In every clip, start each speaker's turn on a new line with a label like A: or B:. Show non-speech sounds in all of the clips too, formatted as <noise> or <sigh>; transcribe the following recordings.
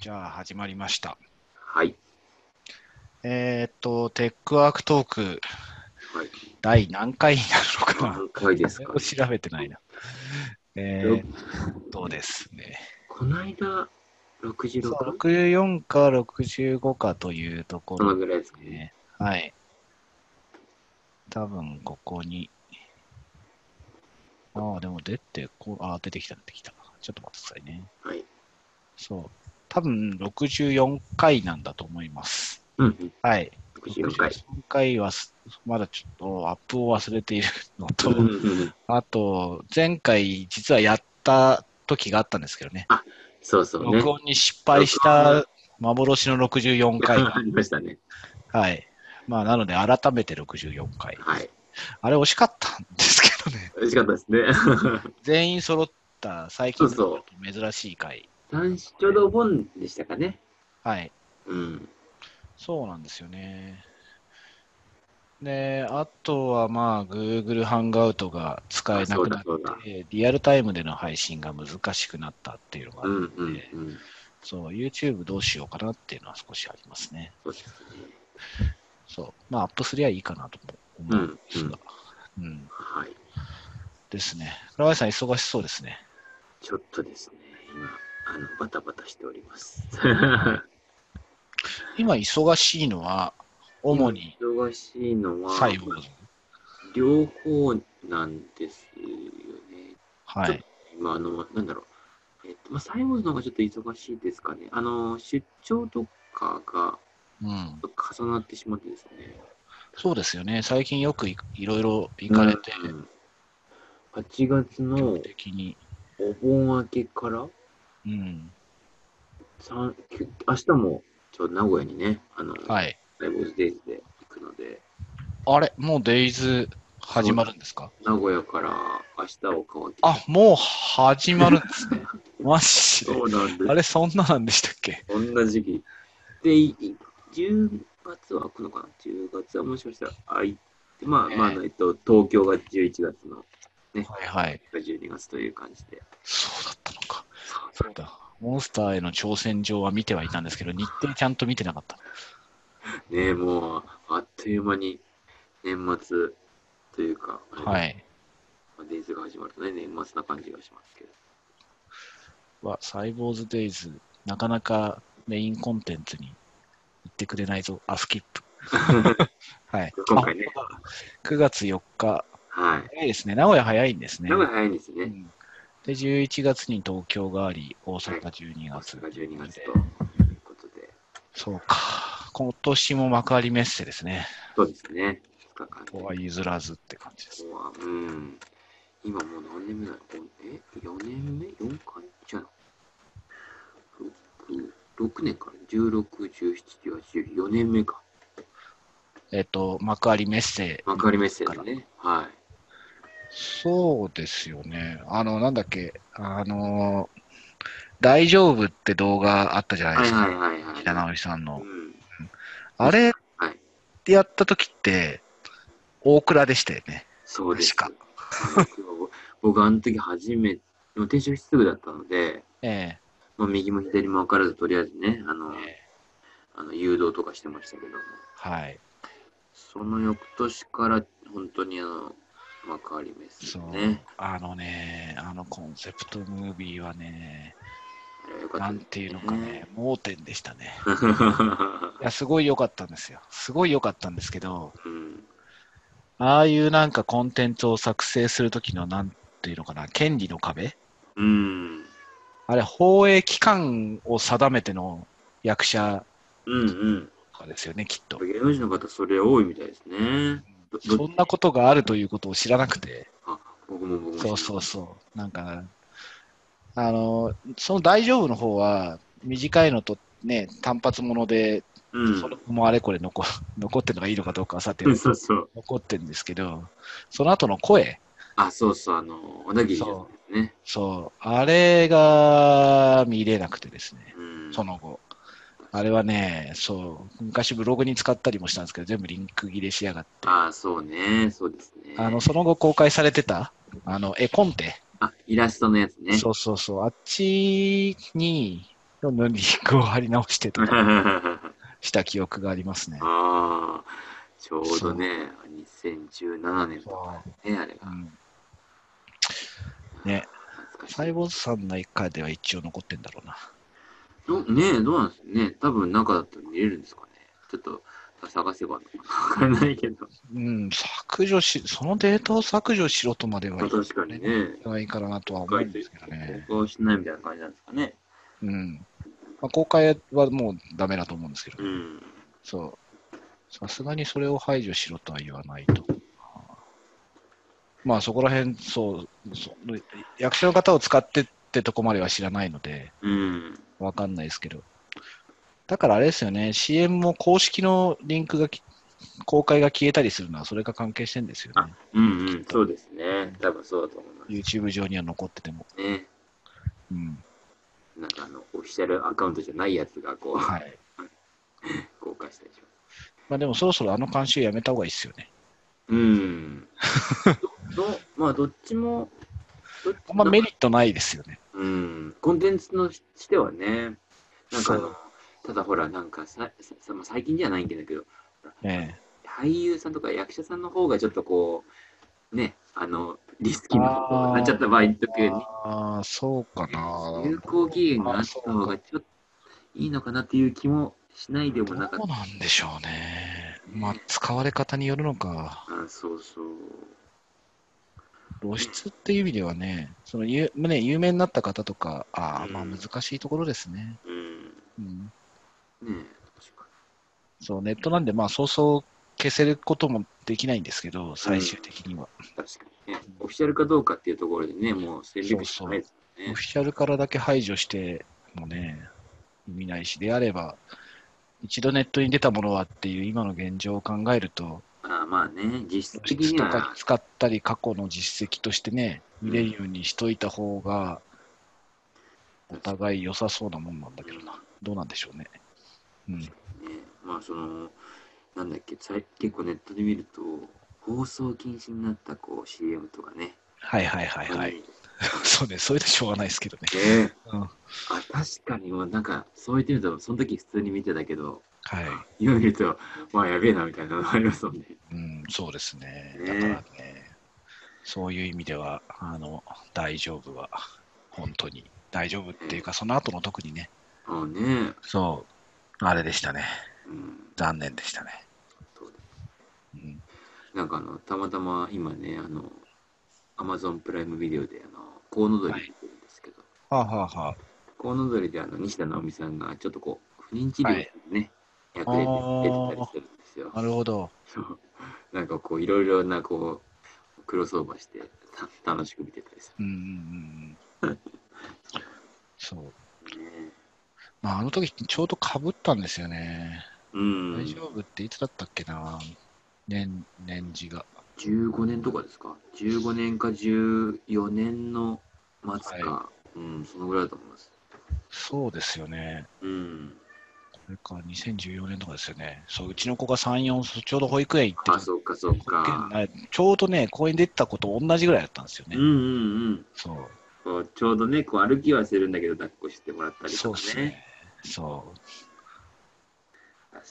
A: じゃあ始まりました。
B: はい。
A: えーっと、テックワークトーク
B: はい。
A: 第何回になるのかな
B: 何回ですか
A: <laughs> これを調べてないな。えーっとですね。
B: この間、66?
A: そう64か65かというとこ
B: その
A: ろ
B: ぐらいですか
A: で
B: ね。
A: ね。はい。多分ここに。ああ、でも出てこ、ああ、出てきた、出てきた。ちょっと待ってくださいね。
B: はい。
A: そう。多分64回なんだと思います。
B: うんうん。
A: はい。
B: 64回。
A: 今回はすまだちょっとアップを忘れているのと、
B: うんうんうん
A: あと、前回実はやった時があったんですけどね、
B: そうそうね
A: 録。音に失敗した幻の64回が
B: <laughs> ありましたね。
A: はい。まあ、なので改めて64回。
B: はい。
A: あれ惜しかったんですけど
B: <laughs>
A: ね、
B: 美味しかったですね。
A: 全員揃った最近のち
B: そう
A: ょっと珍しい回。
B: 男子ちょうどお盆でしたかね。
A: はい。
B: うん。
A: そうなんですよね。で、あとはまあ、Google ハンガウトが使えなくなっ
B: あそうだそうだ
A: て、リアルタイムでの配信が難しくなったっていうのがあ
B: うん
A: っ
B: う
A: て、
B: んうん。
A: そう、YouTube どうしようかなっていうのは少しありますね。
B: そうですね。
A: そう。まあ、アップすりゃいいかなとも
B: う
A: 思うん
B: ん
A: で
B: う
A: す
B: ん
A: が。。うん。
B: はい。
A: ですね。倉林さん忙しそうですね。
B: ちょっとですね。今、あの、バタバタしております。
A: 今忙しいのは、 <laughs> 主に
B: 忙しいのは、
A: 最後。
B: 両方なんですよね。
A: はい。
B: まあ、あの、なんだろう。えっと、まあ、サイモンの方がちょっと忙しいですかね。あの、出張とかが
A: うん。
B: 重なってしまってですね。
A: そうですよね。最近よくいいろいろ行かれて、
B: うん8月
A: 積
B: の
A: 極的に。
B: お盆明けから、
A: うん。
B: 三きゅ明日もちょっと名古屋にね、あの、
A: はい。
B: サイボーズデイズで行くので、
A: あれ、もうデイズ始まるんですか
B: 名古屋から明日を皮切り
A: あ、もう始まるんです
B: <laughs>
A: ね。マジで
B: そ。うなんです
A: あ。れ、そんななんでしたっけ
B: こんな時期。で、いい10月は開くのかな ?10 月はもしかしたら開いて、まあ、まあ、えっと、東京が11月の、
A: はいはい。
B: 12月という感じで。
A: そうだったのか。そうだ。モンスターへの挑戦状は見てはいたんですけど、日程ちゃんと見てなかった。
B: ねえ、もう、あっという間に年末というか、。
A: はいい。
B: デイズが始まるとね、年末な感じがしますけど。
A: は、サイボーズデイズ、なかなかメインコンテンツに行ってくれないぞ。あ、スキッ <laughs> プ。はい。
B: 今回ね
A: あ9月4日。
B: はい。
A: 早いですね。名古屋早いんですね
B: 名。古屋早いんです
A: う
B: ね。
A: んで、11月に東京があり、大阪12
B: 明
A: 月
B: 日。が12月ということで。
A: そうか。今年も幕張メッセですね。
B: そうですね。2日間で
A: とは譲らずって感じです。
B: は、うん。今もう何年目なのえ ?4 年目 ?4 回じゃあ、6年から16、17、18、4年目か。
A: えっ、と、幕張メッセ。
B: 幕張メッセだね。は
A: そうですよね。あの、なんだっけ、あのー、大丈夫って動画あったじゃ
B: い。
A: ないで
B: はい
A: すか。
B: はいはいはい。
A: 北直さん
B: う
A: の。
B: ん。
A: あれ
B: はい
A: ってやった時って、大倉でしたよね。
B: そうです。
A: 確
B: 僕僕、あの時初めて、でも転職すぐだったので、
A: え
B: まあ、右も左も分からず、とりあえずね、あの
A: え、
B: あの誘導とかしてましたけども、
A: はい。
B: その翌年から、本当にあの、幕張メッセ
A: そう
B: ね。。
A: あのね、あのコンセプトムービーはね、
B: あれは良かった
A: な
B: です
A: ん
B: ね
A: ていうのかね、
B: <laughs>
A: 盲点でしたね。
B: う
A: いや、すごい良かったんですよ。すごい良かったんですけど、
B: ん、
A: ああいうなんかコンテンツを作成するときの、なんていうのかな、権利の壁
B: うん、
A: あれ、放映期間を定めての役者
B: うん、うん。
A: とかですよね、きっと。
B: 芸能人の方、それ多いみたいですね。どど
A: そんなことがあるということを知らなくて、
B: あ、僕も僕も。
A: そうそうそう、なんか、あの、その大丈夫の方は、短いのとね、単発もので、
B: う。うん、
A: それもあれこれ残 <laughs> 残ってるのがいいのかどうかはさておき、
B: <laughs> そうそう。
A: 残ってるんですけど、その後の声、
B: あ、そうそう、あの、小田切さんですね。
A: そう、あれが見れなくてですね、
B: うん、
A: その後。あれはね、そう、昔ブログに使ったりもしたんですけど、全部リンク切れしやがって
B: あ、そうね、そうですね。
A: あの、その後公開されてた、あの、絵コンテ。
B: あ、イラストのやつね。
A: そうそうそう。あっちに、どんどんリンクを貼り直してとか
B: <laughs> あ
A: した記憶がありますね。
B: あ、ちょうどね、2017年
A: そ
B: とかね、あれ
A: うう
B: が。
A: ん、ね
B: 懐かしい
A: サイボーズさんの一回では一応残ってんだろうな。
B: どねえ、どうなんですかね。多分中だったら見れるんですかね。ちょっと探せばわからないけど。
A: うん、削除し、そのデータを削除しろとまでは
B: まあ確かにね。
A: いかないからなとは思うんですけどね。
B: 公開しないみたいな感じなんですかね。
A: うん。まあ、公開はもうダメだと思うんですけど
B: う、ん。
A: そう。さすがにそれを排除しろとは言わないと。まあそこら辺、そう、そう役者の方を使ってってとこまでは知らないので、
B: うん。
A: わかんないですけど。だからあれですよね、CM も公式のリンクがき、公開が消えたりするのは、それが関係してんですよね。
B: うんうん。そうですね。多分そうだと思います
A: YouTube 上には残ってても。
B: ね。
A: うん。
B: なんかあの、オフィシャルアカウントじゃないやつがこう、
A: はい。
B: 公開したりします。
A: まあでもそろそろあの監修やめた方がいいですよね。
B: うん。ど、 <laughs> どまあどっちも、どっち
A: あんまメリットないですよね。
B: うん、コンテンツのししてはね、なんか
A: そ
B: あ
A: う
B: の、ただほら、なんかさささ、まあ最近じゃないんだけど、
A: え
B: 俳優さんとか役者さんの方がちょっとこう、ね、あの、リスキーなこ
A: あ
B: と
A: ー
B: になっちゃった場合の
A: え
B: 時に、
A: ああ、そうかな。
B: 有効期限があった方
A: あ
B: がちょっといいのかなっていう気もしないでもなかっ
A: そう
B: た。
A: なんでしょうね。まあ、使われ方によるのか。
B: あそうそう。
A: 露出っていう意味ではね、その有,、ね、有名になった方とか、ああ、まあ難しいところですね。
B: うん。
A: うん、
B: ね確か
A: そう、ネットなんで、まあ、そうそう消せることもできないんですけど、最終的には。
B: に。確かにね。オフィシャルかどうかっていうところでね、もう戦略しかないですもん
A: オ
B: ね
A: フィ。シャルからだけ排除してもね、意味ないし、であれば、一度ネットに出たものはっていう今の現状を考えると、
B: あーまあね、実質
A: 露
B: 的
A: 出
B: に
A: と
B: は。
A: か使ったり、過去の実績としてね、見れるようにしといた方が、お互い良さそうなもんなんだけどな。どうなんでしょうね。うん。
B: ね、まあそのなんだっけさい結構ネットで見ると放送禁止になったこう CM とかね
A: はいはいはいは
B: う
A: い。
B: んね
A: そうね、それでしょうがないですけどね。うん
B: あ確かにもうなんかそう言ってみるとその時普通に見てたけど
A: はい。
B: 今見るとまあやべえなみたいなのありますもんね
A: うん、そうですね。だ
B: ね
A: からね、そういう意味では、あの、大丈夫は、本当に、大丈夫っていうか、その後の特にね、
B: ああね
A: そう、あれでしたね。
B: うん
A: 残念でしたね。
B: そうです
A: うん、
B: なんかあのたまたま今ねあの Amazon プライムビデオであのコウノドリ見てるんですけど、
A: はあ、はあは
B: コウノドリであの西田直美さんがちょっとこう不妊治療をね、役
A: あ
B: で
A: ー
B: 出てたりするんですよ
A: あ、なるほど。
B: そうなんかこういろいろなこうクロスオーバーしてた楽しく見てたりす
A: うんうんうんうん。そう。
B: る、ね。
A: まあ、あの時ちょうどかぶったんですよね。
B: うん。
A: 大丈夫っていつだったっけな年、年次が。
B: 15年とかですか ?15 年か14年の末か、うん、そのぐらいだと思います。
A: そうですよね。
B: うん。
A: これか、2014年とかですよね。そう、うちの子が3、4、そうちょうど保育園行って
B: あ、そっかそっか。
A: 保育園ちょうどね、公園出てた子と同じぐらいだったんですよ
B: う
A: ね。
B: んうんうん
A: そう。
B: こう。ちょうどね、こう歩きはするんだけど、抱っこしてもらったり
A: そ
B: と
A: う
B: か
A: です
B: ね。
A: ね。そ
B: 確か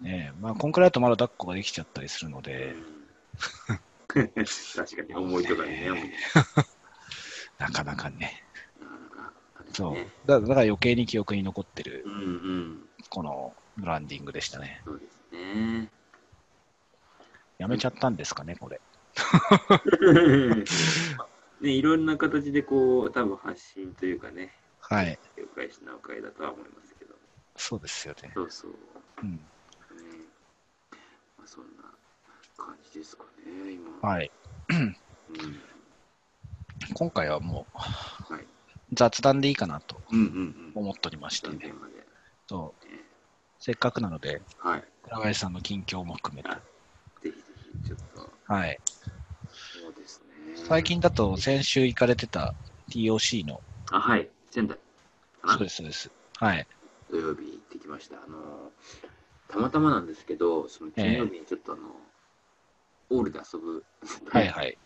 A: う。ねまあ、こんくらいだとまだ抱っこができちゃったりするの
B: に。う
A: で、
B: ん確かに、思いとかにね、思い
A: なかなかね。
B: なかなかあれね
A: そう。だだから余計に記憶に残ってる、
B: うんうん。
A: このブランディングでしたね。
B: そうですね。
A: やめちゃったんですかね、これ。
B: ね、 <laughs> いろんな形でこう、多分発信というかね、
A: はい。
B: 了解しなおかいだとは思いますけど、
A: そうですよね。
B: そうそう、ね
A: うん。
B: まあ、そんな感じですかね、今。
A: はい。
B: うん
A: 今回はもう
B: はい、
A: 雑談でいいかなと
B: うんうんうん。
A: 思っておりまして、
B: その辺まで。
A: そう
B: ね
A: せっかくなので、
B: はい、
A: 倉林さんの近況も含めて。
B: ぜひぜひ、ちょっと、
A: はい。
B: そうですね。
A: 最近だと先週行かれてた TOC の、
B: あ、はい、仙台かな
A: そうです、そうです。はい。
B: 土曜日行ってきました。あのたまたまなんですけど、その金曜日にちょっとあの、オールで遊ぶ、
A: はい
B: <laughs>
A: はい。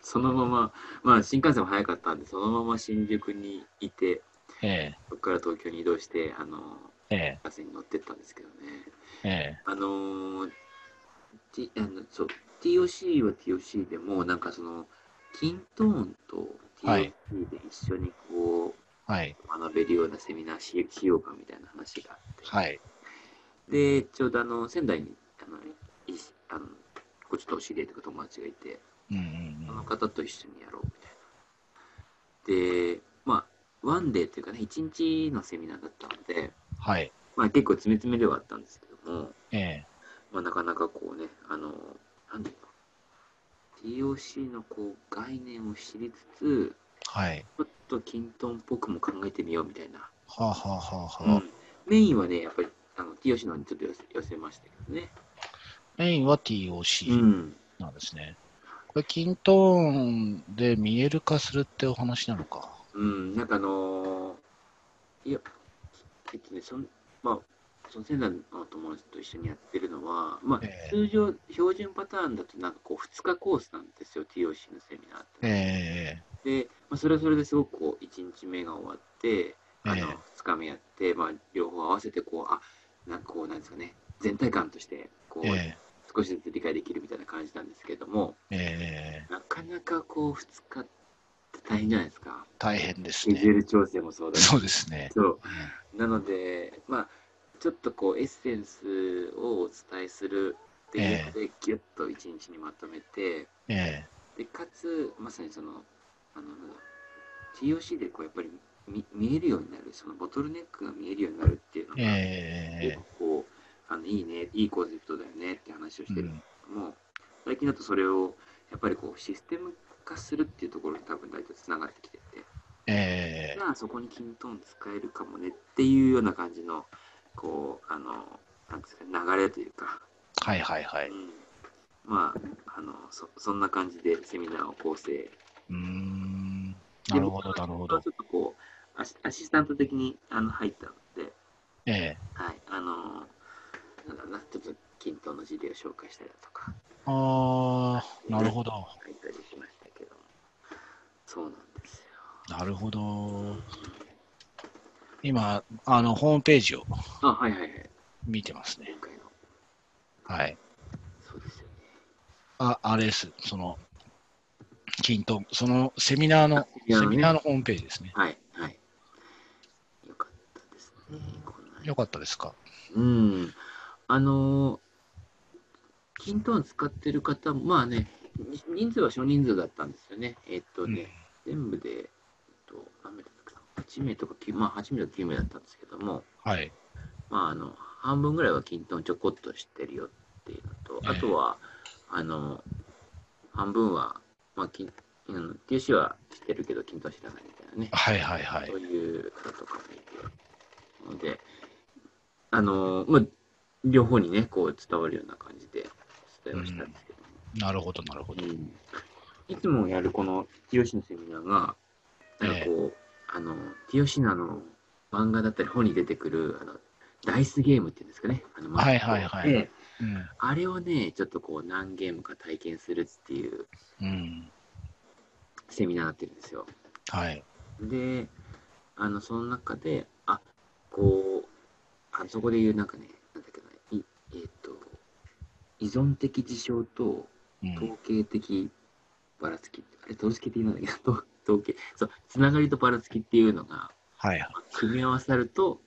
B: そのまま、まあ、新幹線も早かったんで、そのまま新宿にいて、
A: え
B: そこから東京に移動して、あのー
A: え、え
B: バスに乗ってったんですけどね。
A: え、え
B: あのー、T、あのそう TOC は TOC でも、なんかその、キントーンと
A: は
B: TOC
A: い
B: で一緒にこ
A: え、はい、
B: う、学べるようなセミナーししようかみたいな話があって、
A: はい、
B: で、ちょうどあの仙台にあのいあの、こうちょっとお知り合いとか友達がいて、
A: うんうん
B: そうの
A: ん、
B: 方と一緒にやろうみたいな。で、まあ、ワンデーというかね、一日のセミナーだったので、
A: はい、
B: まあ結構詰め詰めではあったんですけども、
A: ええ、
B: まあ、なかなかこうね、あの、なんだろう TOC のこう概念を知りつつ、
A: はい、
B: ちょっと均等っぽくも考えてみようみたいな。
A: はあ、はあはあ
B: う
A: はあ
B: んメインはね、やっぱりあの TOC の方にちょっと寄せ寄せましたけどね。
A: メインは
B: う
A: TOC
B: ん。
A: なんですね。これ、キントーンで見える化するってお話なのか。
B: うん、なんかあのーいや、えっとね、そんまあ、その仙台の友達と一緒にやってるのは、まあ、
A: ええ
B: 通常、標準パターンだと、なんかこう、2日コースなんですよ、TOC のセミナーって。
A: え
B: で、まあ、それはそれですごくこう1日目が終わって、
A: え
B: あの
A: え
B: 2日目やって、まあ、両方合わせてこう、あなんかこうなんですかね、全体感としてこ
A: え、え
B: う
A: え、
B: 少しずつ理解できるみたいな感じなんですけども、
A: ええ、
B: なかなかこう2日って大変じゃないですか、
A: 大変です
B: スケジュー
A: ね。
B: ル調整もそうだし、
A: そうですね。
B: そうなので、まあ、ちょっとこうエッセンスをお伝えするっていうので、ぎゅっと1日にまとめて、
A: ええ、
B: でかつまさにそのあの TOC でこうやっぱり見見えるようになるそのボトルネックが見えるようになるっていうのが、
A: え
B: 結構こうあのいいねいいコンセプトだよねって話を
A: え、
B: し
A: う
B: てるんで
A: ん、
B: すけども、最近だとそれをやっぱりこうシステム化するっていうところに多分大体つながってきてて
A: ええ
B: じ、ゃあそこにキントーン使えるかもねっていうような感じのこうあのなんですか流れというか
A: はいはいはい。う
B: うんまああのそそんな感じでセミナーを構成
A: ーん、なるほど、なるほど
B: ち。ょっとこうアシアシスタント的にあの入ったので、
A: ええ。
B: はい、あのーなんだろうな、ちょっと均等の事例を紹介したりだとか、
A: ああ、なるほど。
B: 書いたりしましたけども、そうなんですよ。
A: なるほど。今、あの、ホームページを
B: あ、はいはいはい、
A: 見てますね。
B: 今回の、
A: はい。
B: そうですよね。
A: あ、あれです。その、均等、そのセミナーの、
B: いや
A: セミナーのホームページですね。
B: はいはい。よかったですね、こんな
A: よかったですか。
B: うん、あのー、均等に使ってる方、まあね、に人数は少人数だったんですよね。えっと
A: うん
B: ね、全部で、えっと、何名だったかな8名とか9、まあ、8名とか9名だったんですけども、
A: はい。
B: まあ、あの半分ぐらいは均等にちょこっとしてるよっていうのと、
A: ええ
B: あとは、あの半分は、まあ、きあの TC は知ってるけど均等は知らないみたいなね、
A: はいはいはい
B: そう。いう方とかもいて、ので、あのまあ、両方にね、こう伝わるような感じで伝えはしたんですけど、
A: なるほど、なるほど。
B: うんいつもやるこの TOC のセミナーが、なんかこう、あの、TOC のあの、漫画だったり本に出てくる、あの、ダイスゲームっていうんですかね。あの
A: はいはいはい
B: で
A: うん。
B: あれをね、ちょっとこう何ゲームか体験するっていう
A: うん。
B: セミナーになってるんですよ。
A: はい。
B: で、あの、その中で、あ、こう、あそこで言うなんかね、なんだっけな、いえっ、と、依存的事象と、
A: うん。
B: 統計的ばらつき、あれ、統計的なんだけ <laughs> ど、統統計、そう、つながりとばらつきっていうのが、
A: はいはい。
B: まあ組み合わさると、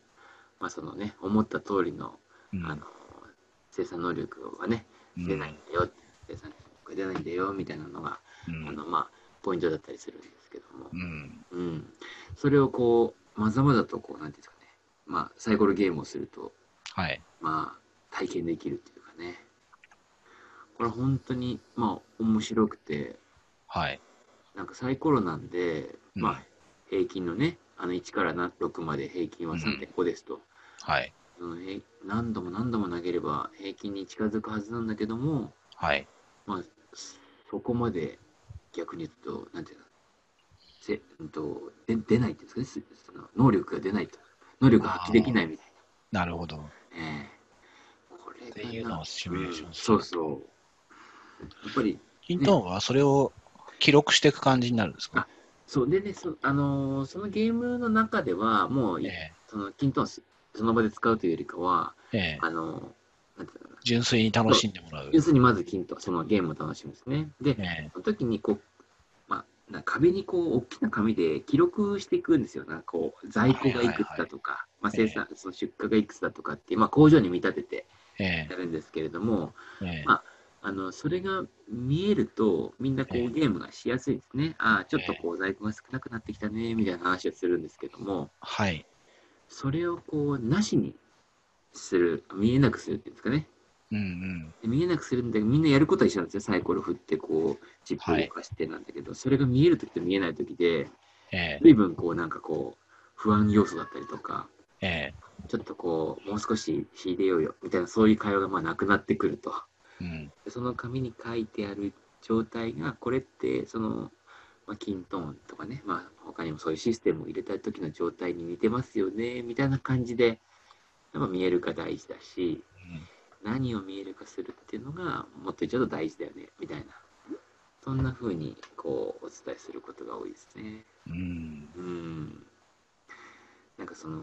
B: まあ、そのね、思った通りの、
A: う
B: あ
A: ん
B: の、生産能力がね、
A: うん
B: 出ないんだよ、生産能力が出ないんだよ、みたいなのが、
A: うん
B: あの、まあ、ポイントだったりするんですけども
A: う、ん。
B: うん。それをこう、まざまざと、こう、なんていうんですかね、まあ、サイコロゲームをすると、
A: はい。
B: まあ、体験できるっていうかね、これ本当に、まあ、面白くて、
A: はい。
B: なんかサイコロなんで、
A: うん
B: まあ、平均のね、あの1からな6まで平均は3.5ですと、
A: はい。
B: その平何度も何度も投げれば平均に近づくはずなんだけども、
A: はい。
B: まあ、そそこまで逆に言うと、なんていうの、せうんとで出ないっていうんですかね、すその能力が出ないと、能力が発揮できないみたい
A: なるほど。
B: な。ええこれ
A: って
B: が
A: いうのをシミュレーションす
B: そ
A: る
B: うそう。やっぱり
A: キントーンはそれを記録していく感じになるんですか
B: そうでねそ,、あのーそのゲームの中ではもうい、
A: え
B: そのキントーンすその場で使うというよりかは
A: えええ
B: あのーなんていうのかな
A: 純粋に楽しんでもらう。
B: 要するにまずキントーンそのゲームを楽しむんですねで、
A: え
B: その時にこう、まあ、な壁にこう大きな紙で記録していくんですよなんかこう在庫がいくつだとか、まあ、生産、その出荷がいくつだとかっていう、まあ、工場に見立てて
A: ええ
B: やるんですけれども
A: えええ
B: まあのそれが見えるとみんなこ
A: ええ
B: うゲームがしやすいですね、ああちょっとこう在庫が少なくなってきたねみたいな話をするんですけども
A: はい。
B: それをこうなしにする見えなくするっていうんですかね
A: うんうん。
B: で見えなくするんだけどみんなやることは一緒なんですよサイコロ振ってこうチップを動かしてなんだけど、それが見える時と見えない時で
A: ええ
B: 随分こうなんかこう不安要素だったりとか
A: ええ
B: ちょっとこうもう少し仕入れようよみたいなそういう会話がまあなくなってくると
A: うん。
B: でその紙に書いてある状態がこれってその、まあ、キントーンとかね、まあ、他にもそういうシステムを入れた時の状態に似てますよねみたいな感じでやっぱ見えるか大事だし何を見えるかするっていうのがもっとちょっと大事だよねみたいなそんな風にこうお伝えすることが多いですね
A: うん。うん。
B: うんなんかその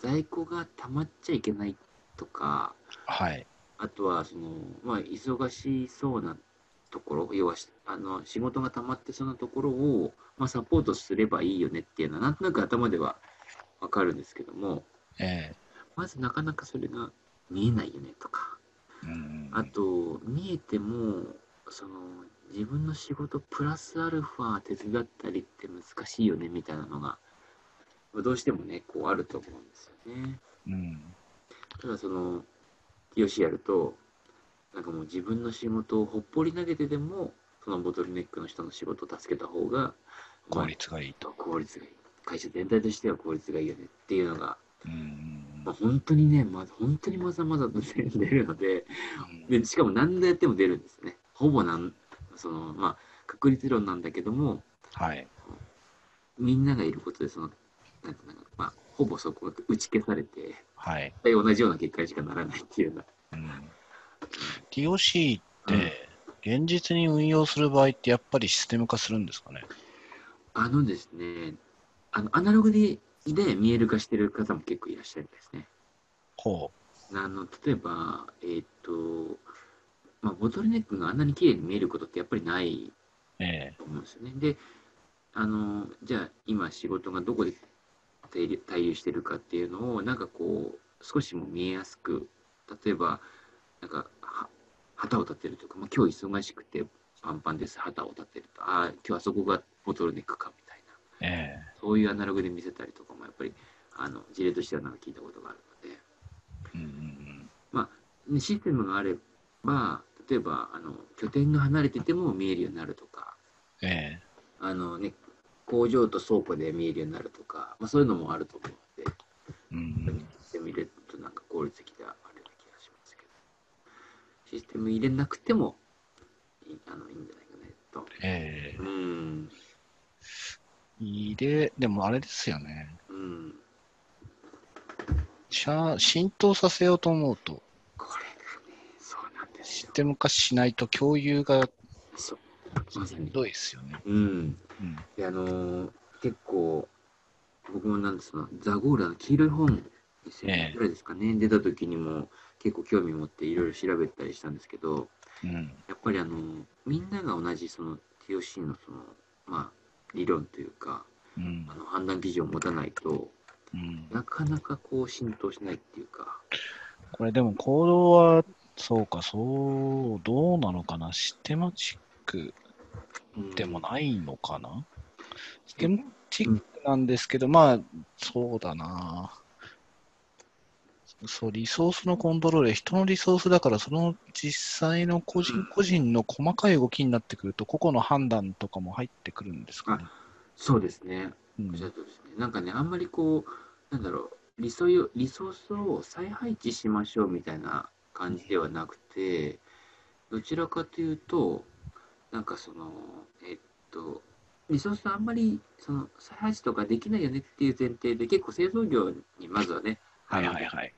B: 在庫が溜まっちゃいけないとか
A: はい。
B: あとはその、まあ、忙しそうなところ要はしあの仕事が溜まってそうなところを、まあ、サポートすればいいよねっていうのはなんとなく頭ではわかるんですけども
A: ええ
B: まずなかなかそれが見えないよねとか
A: うんうんう
B: あ
A: ん。
B: と見えてもその自分の仕事プラスアルファ手伝ったりって難しいよねみたいなのがどうしてもねこうあると思うんですよね
A: うん。
B: ただそのよしやるとなんかもう自分の仕事をほっぽり投げてでもそのボトルネックの人の仕事を助けた方が
A: 効率がいいと。
B: まあ効率がいい会社全体としては効率がいいよねっていうのが、
A: うんうん
B: まあ、本当にね、まあ、本当にまざまざと出るので
A: うん。
B: でしかも何度やっても出るんですね。ほぼなんそのまあ確率論なんだけども
A: はい。
B: みんながいることでそのなんていうのかなまあほぼそこが打ち消されて絶
A: はい。
B: 対同じような結果にしかならないっていうような。
A: うん。TOC って、現実に運用する場合ってやっぱりシステム化するんですかね。
B: あのですねあのアナログでで見える化してる方も結構いらっしゃるんですね。
A: ほ。
B: あの例えばえーっ、とまあボトルネックがあんなに綺麗に見えることってやっぱりないう
A: え
B: と思うんですよね。で、あの、じゃあ今仕事がどこで滞留滞留してるかっていうのを、なんかこう、少しも見えやすく、例えば、なんか、は旗を立てるとか、まあ、今日忙しくてパンパンです、旗を立てると、ああ、今日あそこがボトルネックかみたいな、
A: ええ
B: そういうアナログで見せたりとかも、やっぱり、あの、事例としてはなんか聞いたことがあるので、
A: えうんうん
B: ねシステムがあれば、例えば、あの、拠点が離れてても見えるようになるとか、
A: うん。え
B: あのね、工場と倉庫で見えるようになるとか、まあ、そういうのもあると思うので、
A: えうんうん。
B: システム入れるとなんか効率的であるような気がしますけど、システム入れなくてもいいあのいいんじゃないかねと。
A: ええ
B: うん、
A: 入れ、でもあれですよね。
B: うん、
A: しゃ浸透させようと思うと、
B: これがね、そうなんで
A: シ
B: すよ
A: ス。テム化しないと共有が
B: そう、ま
A: し
B: さ
A: ん
B: に。
A: どいですよね。
B: うん。
A: うん。
B: で、あのー結構、僕もなんですか、ザ・ゴーラの黄色い本、2000
A: ええ
B: 年ぐらいですかね、出た時にも結構興味持っていろいろ調べたりしたんですけど、
A: うん。
B: やっぱりあのみんなが同じその TOC のその、まあ、理論というか
A: うん
B: あ。の判断基準を持たないと
A: うん
B: なかなかこう浸透しないっていうか
A: これでも行動は、そうか、そう、どうなのかな。システマチック
B: うん
A: でもないのかな。システマチックなんですけど、まあ、そうだな。そう、リソースのコントロール、人のリソースだから、その実際の個人個人の細かい動きになってくると、個々の判断とかも入ってくるんですかね。
B: そうですね
A: う
B: おっしゃる
A: ん、
B: とりですねなんかねあんまりこうなんだろう理想よリソースを再配置しましょうみたいな感じではなくてどちらかというとなんかそのえっとリソースあんまりその再配置とかできないよねっていう前提で結構製造業にまずはね
A: はいはいはい。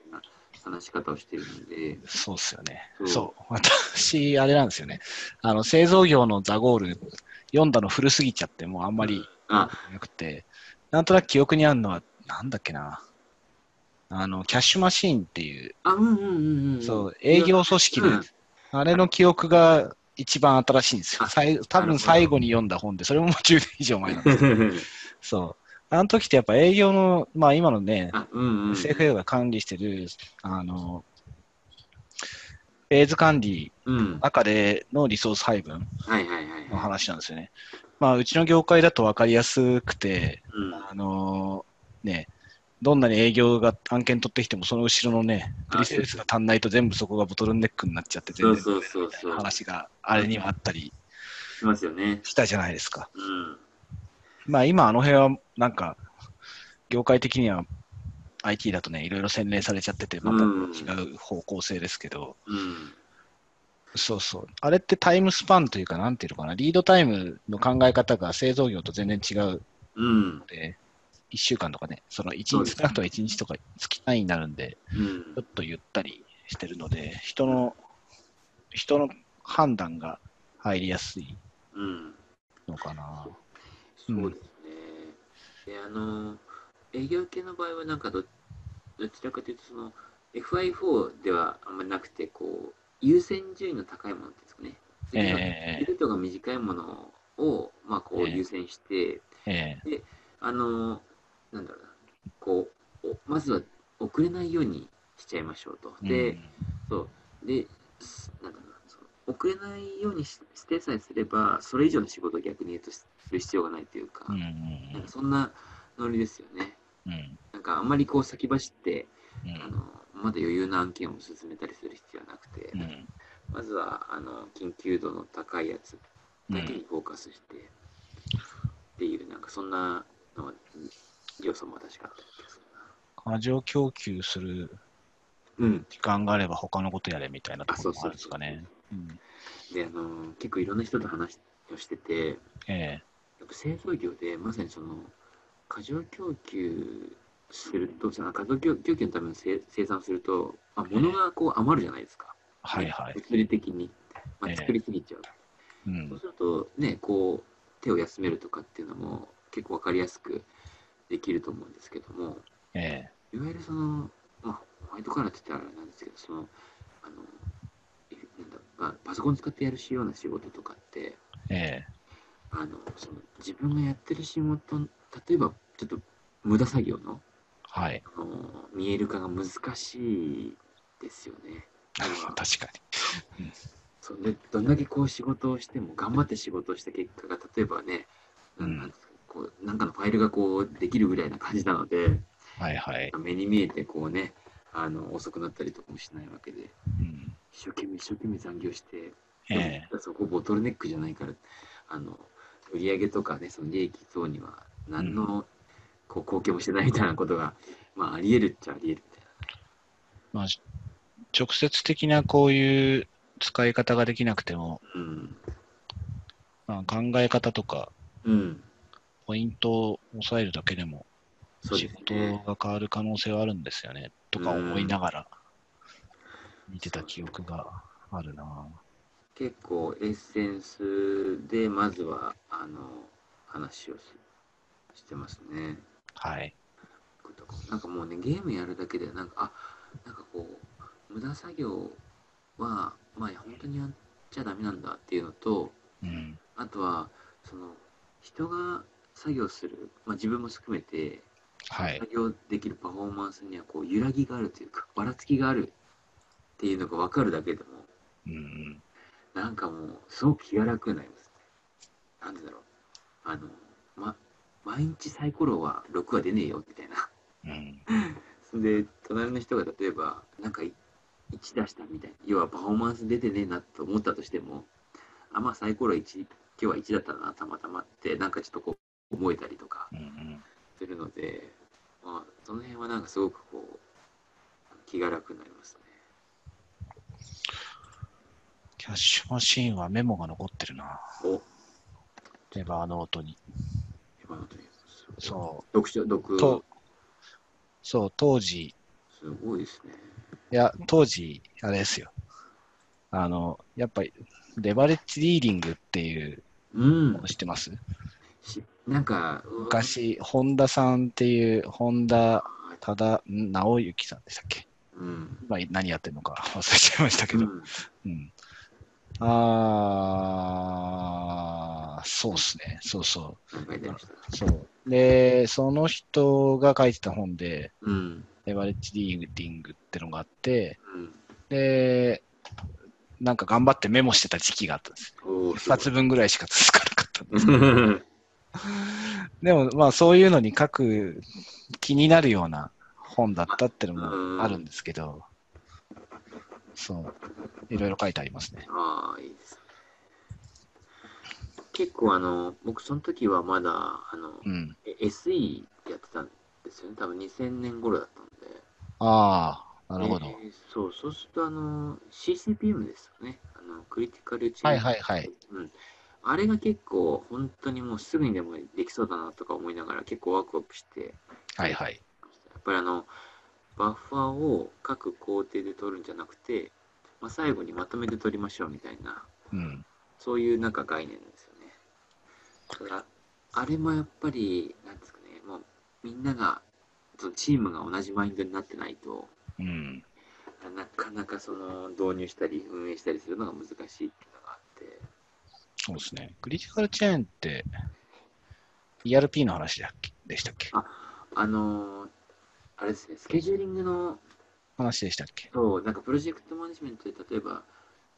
B: 話し方をしているので、
A: そうっすよね。
B: そう
A: そう。私、あれなんですよね。あの、製造業のザゴール、読んだの古すぎちゃって、もうあんまり
B: あ
A: なくて、なんとなく記憶にあるのは、なんだっけな、あの、キャッシュマシーンっていう、
B: あ、うんうんうんうん。
A: そう、営業組織のやつ、あれの記憶が一番新しいんですよ。
B: あ
A: さい多分最後に読んだ本で、それももう10年以上前なんですけど、
B: うん。
A: そう。あの時ってやっぱ営業の、まあ今のね、
B: <laughs> あ、うん
A: <laughs>
B: うん。
A: SFA が管理してる、あの、フェーズ管理
B: うん。
A: 中でのリソース配分
B: はいはいはい
A: の
B: はい。
A: 話なんですよね。まあ、うちの業界だと分かりやすくて、
B: うん
A: あのーね、どんなに営業が案件取ってきても、その後ろのね、プリセールスが足んないと全部そこがボトルネックになっちゃって、
B: そ
A: 全
B: う
A: 然
B: そうそうそう。
A: 話があれにはあったり
B: しますよね。
A: したじゃないですか。
B: うん。
A: まあ、今、あの辺はなんか、業界的には IT だとね、いろいろ洗練されちゃってて、また
B: うん
A: 違う方向性ですけど、
B: うん。
A: そうそう。あれってタイムスパンというか、なんていうのかな、リードタイムの考え方が製造業と全然違う
B: うん
A: の。で、1週間とかね、その1
B: そうで
A: 日、
B: す
A: 少なくとも1日とか月単位になるんで、
B: うん
A: ちょっとゆったりしてるので、人の、人の判断が入りやすい
B: うん。
A: のかな。
B: そうですね。で、あの、営業系の場合は、なんかど、どちらかというと、その、FI4 ではあんまりなくて、こう、優先順位の高いものっていうんですかね。次の
A: え
B: ルートが短いものを、まあ、こう
A: ええ
B: 優先して、
A: ええ
B: あの、なんだろうな、こう、おまずは遅れないようにしちゃいましょうと。
A: え
B: で、
A: うん
B: そう、で、すなんだろうな、その遅れないようにししてさえすれば、それ以上の仕事を逆に言うとしする必要がないというか、
A: うん
B: なんかそんなノリですよね。
A: うんうん
B: なんかあんまりこう先走って、
A: う
B: あ
A: ん
B: のまだ余裕な案件を進めたりする必要はなくて、
A: うん
B: まずはあの緊急度の高いやつ
A: う
B: だけ
A: ん
B: にフォーカスして、っていうなんかそんなの要素も確かあった気がす
A: 過剰供給する
B: るな。うん。
A: 時間があれば他のことやれみたいなと
B: あ、
A: こ
B: そ
A: ろ
B: う
A: もあ
B: そう
A: るんですかね。うん
B: で、あの結構いろんな人と話をしてて、やっ
A: え
B: ぱ製造業でまさにその過剰供給すると、その過剰供供給のための生生産すると、まあ、物がこう余るじゃないですか。
A: はいはい
B: 物理的に、ま
A: ええ
B: あ、作りすぎちゃう。
A: えう
B: そうんするとね、こう手を休めるとかっていうのも結構わかりやすくできると思うんですけども、
A: え
B: いわゆるその、まあ、ホワイトカラーって言ったらあれなんですけど、その、あの、えなんだまあ、パソコン使ってやるような仕事とかって、
A: ええ
B: あの、その自分がやってる仕事、例えばちょっと無駄作業の
A: はい。
B: あの見える化が難しいですよね。
A: 確か
B: そうでどんだけこう仕事をしても頑張って仕事をした結果が例えばね、
A: うん
B: なんですかこうなんかのファイルがこうできるぐらいな感じなので
A: に。はいはい。
B: 目に見えてこうねあの遅くなったりとかもしないわけで
A: うん
B: 一生懸命一生懸命残業して、
A: ええ
B: そこボトルネックじゃないからあの売り上げとかねその利益等には何のこう貢献もしてないみたいなことが、まあ、ありえるっちゃありえるみたいな。
A: まあ、直接的なこういう使い方ができなくても、
B: うん
A: まあ、考え方とか
B: うん、
A: ポイントを抑えるだけでも
B: そう
A: 仕
B: です
A: 事
B: ね。
A: が変わる可能性はあるんですよね、とか思いながら見てた記憶があるな。
B: 結構エッセンスでまずはあの話をししてますね
A: はい。
B: なんかもうねゲームやるだけでなんかあなんかこう無駄作業はまあ本当にやっちゃダメなんだっていうのと
A: うん。
B: あとはその人が作業する、まあ、自分も含めて
A: はい。
B: 作業できるパフォーマンスにはこう揺らぎがあるというかばらつきがあるっていうのが分かるだけでも
A: うんうん。
B: なんかもう、すごく気が楽になりますね。なんでだろう。あの、ま、毎日サイコロは6は出ねえよ、みたいな。
A: うん。
B: で、隣の人が例えば、なんか1出したみたいな。要はパフォーマンス出てねえなと思ったとしても、あ、まあサイコロ1、今日は1だったな、たまたまって、なんかちょっとこう、思えたりとか
A: うんうん。
B: するので、まあ、その辺はなんかすごくこう、気が楽になりますね。
A: キャッシュマシーンはメモが残ってるな。
B: お、
A: レバーノートに。
B: 今のという。
A: そ
B: 読書、読
A: う。、と、そう、当時、
B: すごいですね。
A: いや、当時、あれですよ。あの、やっぱり、レバレッジリーディングっていう
B: うん
A: のを。知ってます
B: 知っなんか、うわ
A: 昔、本田さんっていう、本田
B: あ
A: ただ直之さんでしたっけ
B: うん。
A: 今何やってるのか忘れちゃいましたけ
B: う
A: ど。
B: ん
A: うん。ああ、そうですね。そうそ
B: 考えてました。
A: う。そう。で、その人が書いてた本で、
B: うん。
A: レバレッジリーディングってのがあって、
B: うん。
A: で、なんか頑張ってメモしてた時期があったんです。
B: おー
A: 一冊
B: す
A: 分ぐらいしか続かなかったんで
B: ごい
A: す。
B: <laughs>
A: でも、まあそういうのに書く気になるような本だったってのもあるんですけど、そう。いろいろ書いてありますね。
B: ああ、いいですね。結構あの、僕その時はまだ、あの、
A: うん。
B: え SE やってたんですよね。多分2000年頃だったんで。
A: ああ、なるほど。
B: えーそう、そうするとあの、CCPM ですよね。あの、クリティカルチェ
A: は
B: ンジ。
A: いはいはい。
B: うん。あれが結構、本当にもうすぐにでもできそうだなとか思いながら結構ワクワクして、
A: はいはい。
B: やっぱりあの、バッファーを各工程で取るんじゃなくて、まあ、最後にまとめて取りましょうみたいな、
A: うん。
B: そういうなんか概念ですよね。ただあれもやっぱり、なんですかね、もうみんなが、そのチームが同じマインドになってないと、
A: うん。
B: なかなかその導入したり運営したりするのが難しいっていうのがあって、
A: そうですね。クリティカルチェーンって、ERP の話だっけでしたっけ
B: あのーあれですね、スケジューリングの、
A: 話でしたっけ
B: そう、なんかプロジェクトマネジメントで例えば、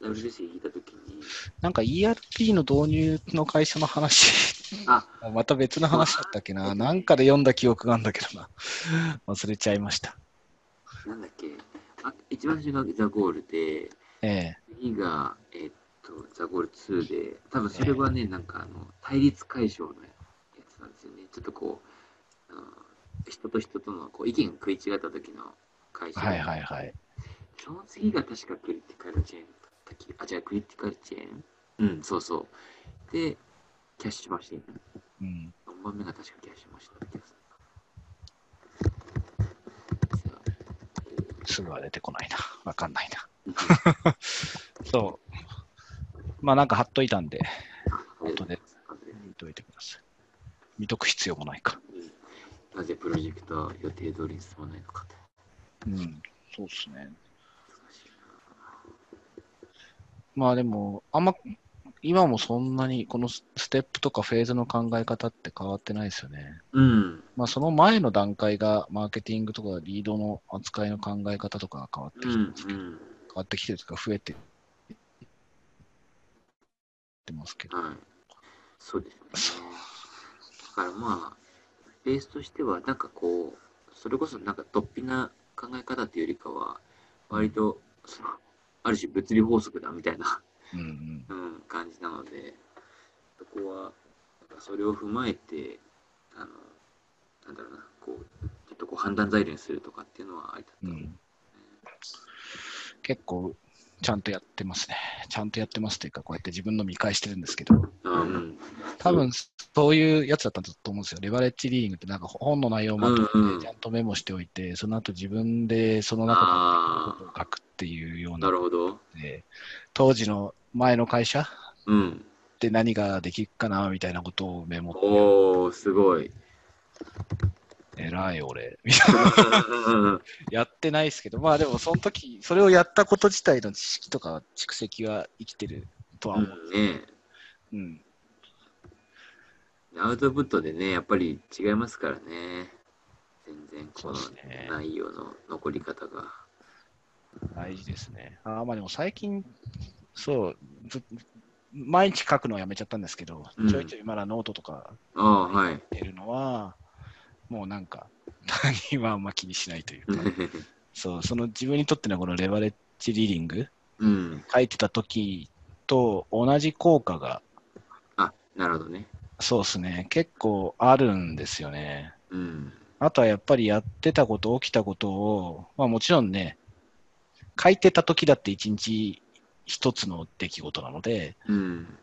B: WBC 聞いたときに、
A: なんか ERP の導入の会社の話、
B: あ、
A: また別の話だったっけな。なんかで読んだ記憶があるんだけどな。忘れちゃいました。
B: なんだっけ、あ一番最初がザ・ゴールで、
A: ええ
B: 次が、えっと、ザ・ゴール2で、多分それはね、なんかあの、対立解消のやつなんですよね。ちょっとこう、うん人と人とのこう意見が食い違った時の解消。
A: はいはいはい。
B: その次が確かクリティカルチェーンだった気あ、じゃあクリティカルチェーンうん、そうそう。で、キャッシュマシン。
A: うん。
B: 4番目が確かキャッシュマシンだった気がする。さ
A: すぐは出てこないな。わかんないな。 <laughs>
B: あ
A: そう。まあなんか貼っといたんで、
B: うん
A: 後で見といてください。見とく必要もないか。
B: うんなぜプロジェクトは予定通りに進まないのかと。
A: うん。そうですね。まあでも、あんま、今もそんなにこのスステップとかフェーズの考え方って変わってないですよね。
B: うん。
A: まあその前の段階がマーケティングとかリードの扱いの考え方とかが変わってき
B: う
A: て、
B: ん
A: 変。
B: うん。
A: わってきてるとか増えてってますけど。
B: はい。そうですね。だからまあ、ベースとしては、なんかこう、それこそなんか突飛な考え方っていうよりかは、割と、その、ある種物理法則だみたいな、
A: うんうん。
B: うん、感じなので、そこは、なんかそれを踏まえて、あの、なんだろうな、こう、ちょっとこう判断材料にするとかっていうのはありだ
A: う
B: と思う。
A: ん、結構、ちゃんとやってますね。ちゃんとやってますというか、こうやって自分の見返してるんですけど、
B: あうん。
A: 多分そういうやつだったと思うんですよ。レバレッジリーディングってなんか本の内容をまと
B: うん
A: め
B: うん
A: てちゃんとメモしておいて、その後自分でその中
B: あ
A: で書くっていうよう
B: あ、
A: な
B: なるほど。
A: で、当時の前の会社
B: うん。
A: で何ができるかなみたいなことをメモっ
B: おおすごい。
A: て、偉い俺、 <laughs> みたいなやってないですけど、まあでもその時、それをやったこと自体の知識とか蓄積は生きてるとは
B: う
A: 思
B: ん
A: う。
B: ね
A: うん
B: アウトプットでね、やっぱり違いますからね。全然この
A: そうですね
B: 内容の残り方が。
A: 大事ですね。あーまあでも最近、そう、ず毎日書くのはやめちゃったんですけど、
B: うん
A: ちょいちょいまだノートとか
B: ああ、はい。
A: 出るのは、もうなんか、 <laughs> 他人はあんま気にしないというか、そう、その自分にとってのこのレバレッジリーディング、
B: うん。
A: 書いてた時と同じ効果が、
B: あ、なるほどね。
A: そうですね、結構あるんですよね。
B: うん。
A: あとはやっぱりやってたこと、起きたことを、まあもちろんね、書いてた時だって一日一つの出来事なので、
B: うん。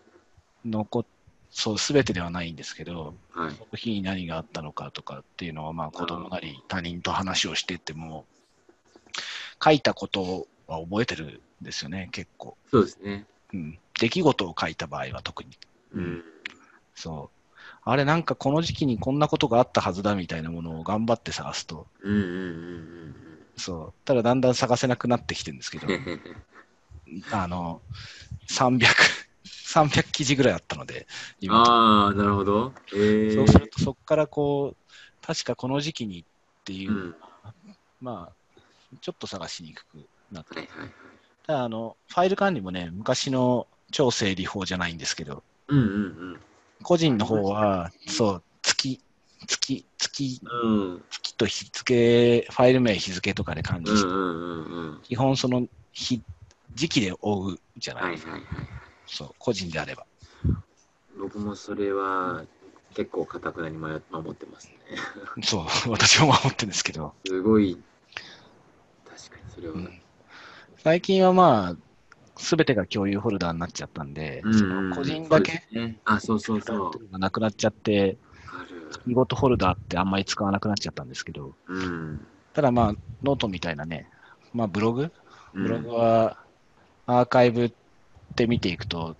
A: 残っそう、すべてではないんですけど、
B: はい。
A: その日に何があったのかとかっていうのは、まあ子供なり他人と話をしてても、書いたことは覚えてるんですよね、結構。
B: そうですね。
A: うん。出来事を書いた場合は特に。
B: うん。
A: そう。あれなんかこの時期にこんなことがあったはずだみたいなものを頑張って探すと、
B: うんうんうん
A: そう、ただだんだん探せなくなってきてるんですけど
B: うんう、ん。
A: あの、300、300記事ぐらいあったので、今。
B: ああ、なるほど。えー、
A: そうすると、そこからこう、確かこの時期にっていう、
B: うん。
A: まあ、ちょっと探しにくくなって、
B: はいはいはい。
A: ただあの、ファイル管理もね、昔の超整理法じゃないんですけど、
B: うんうん
A: 個人の方は、そう、月、月、月、
B: うん。うん。
A: 月と日付、ファイル名、日付とかで管理
B: う
A: して、
B: んうんうんうん。
A: 基本その日、時期で追うじゃない
B: はいはい
A: ですか、
B: はい。
A: そう、個人であれば。
B: 僕もそれは結構かたくなに守守ってますね。
A: そう、私も守ってるんですけど、
B: すごい、確かにそれは。
A: う
B: うん
A: 最近はまあ、すべてが共有フォルダになっちゃったんで、
B: ん
A: そ
B: うん
A: の個人だけ。
B: そうですねあ、そうそうそう。わか
A: がなくなっちゃって、
B: る。
A: 仕事フォルダってあんまり使わなくなっちゃったんですけど、
B: うん。
A: ただまあ、ノートみたいなね、まあブログブログ
B: は。
A: はアーカイブって見ていくと、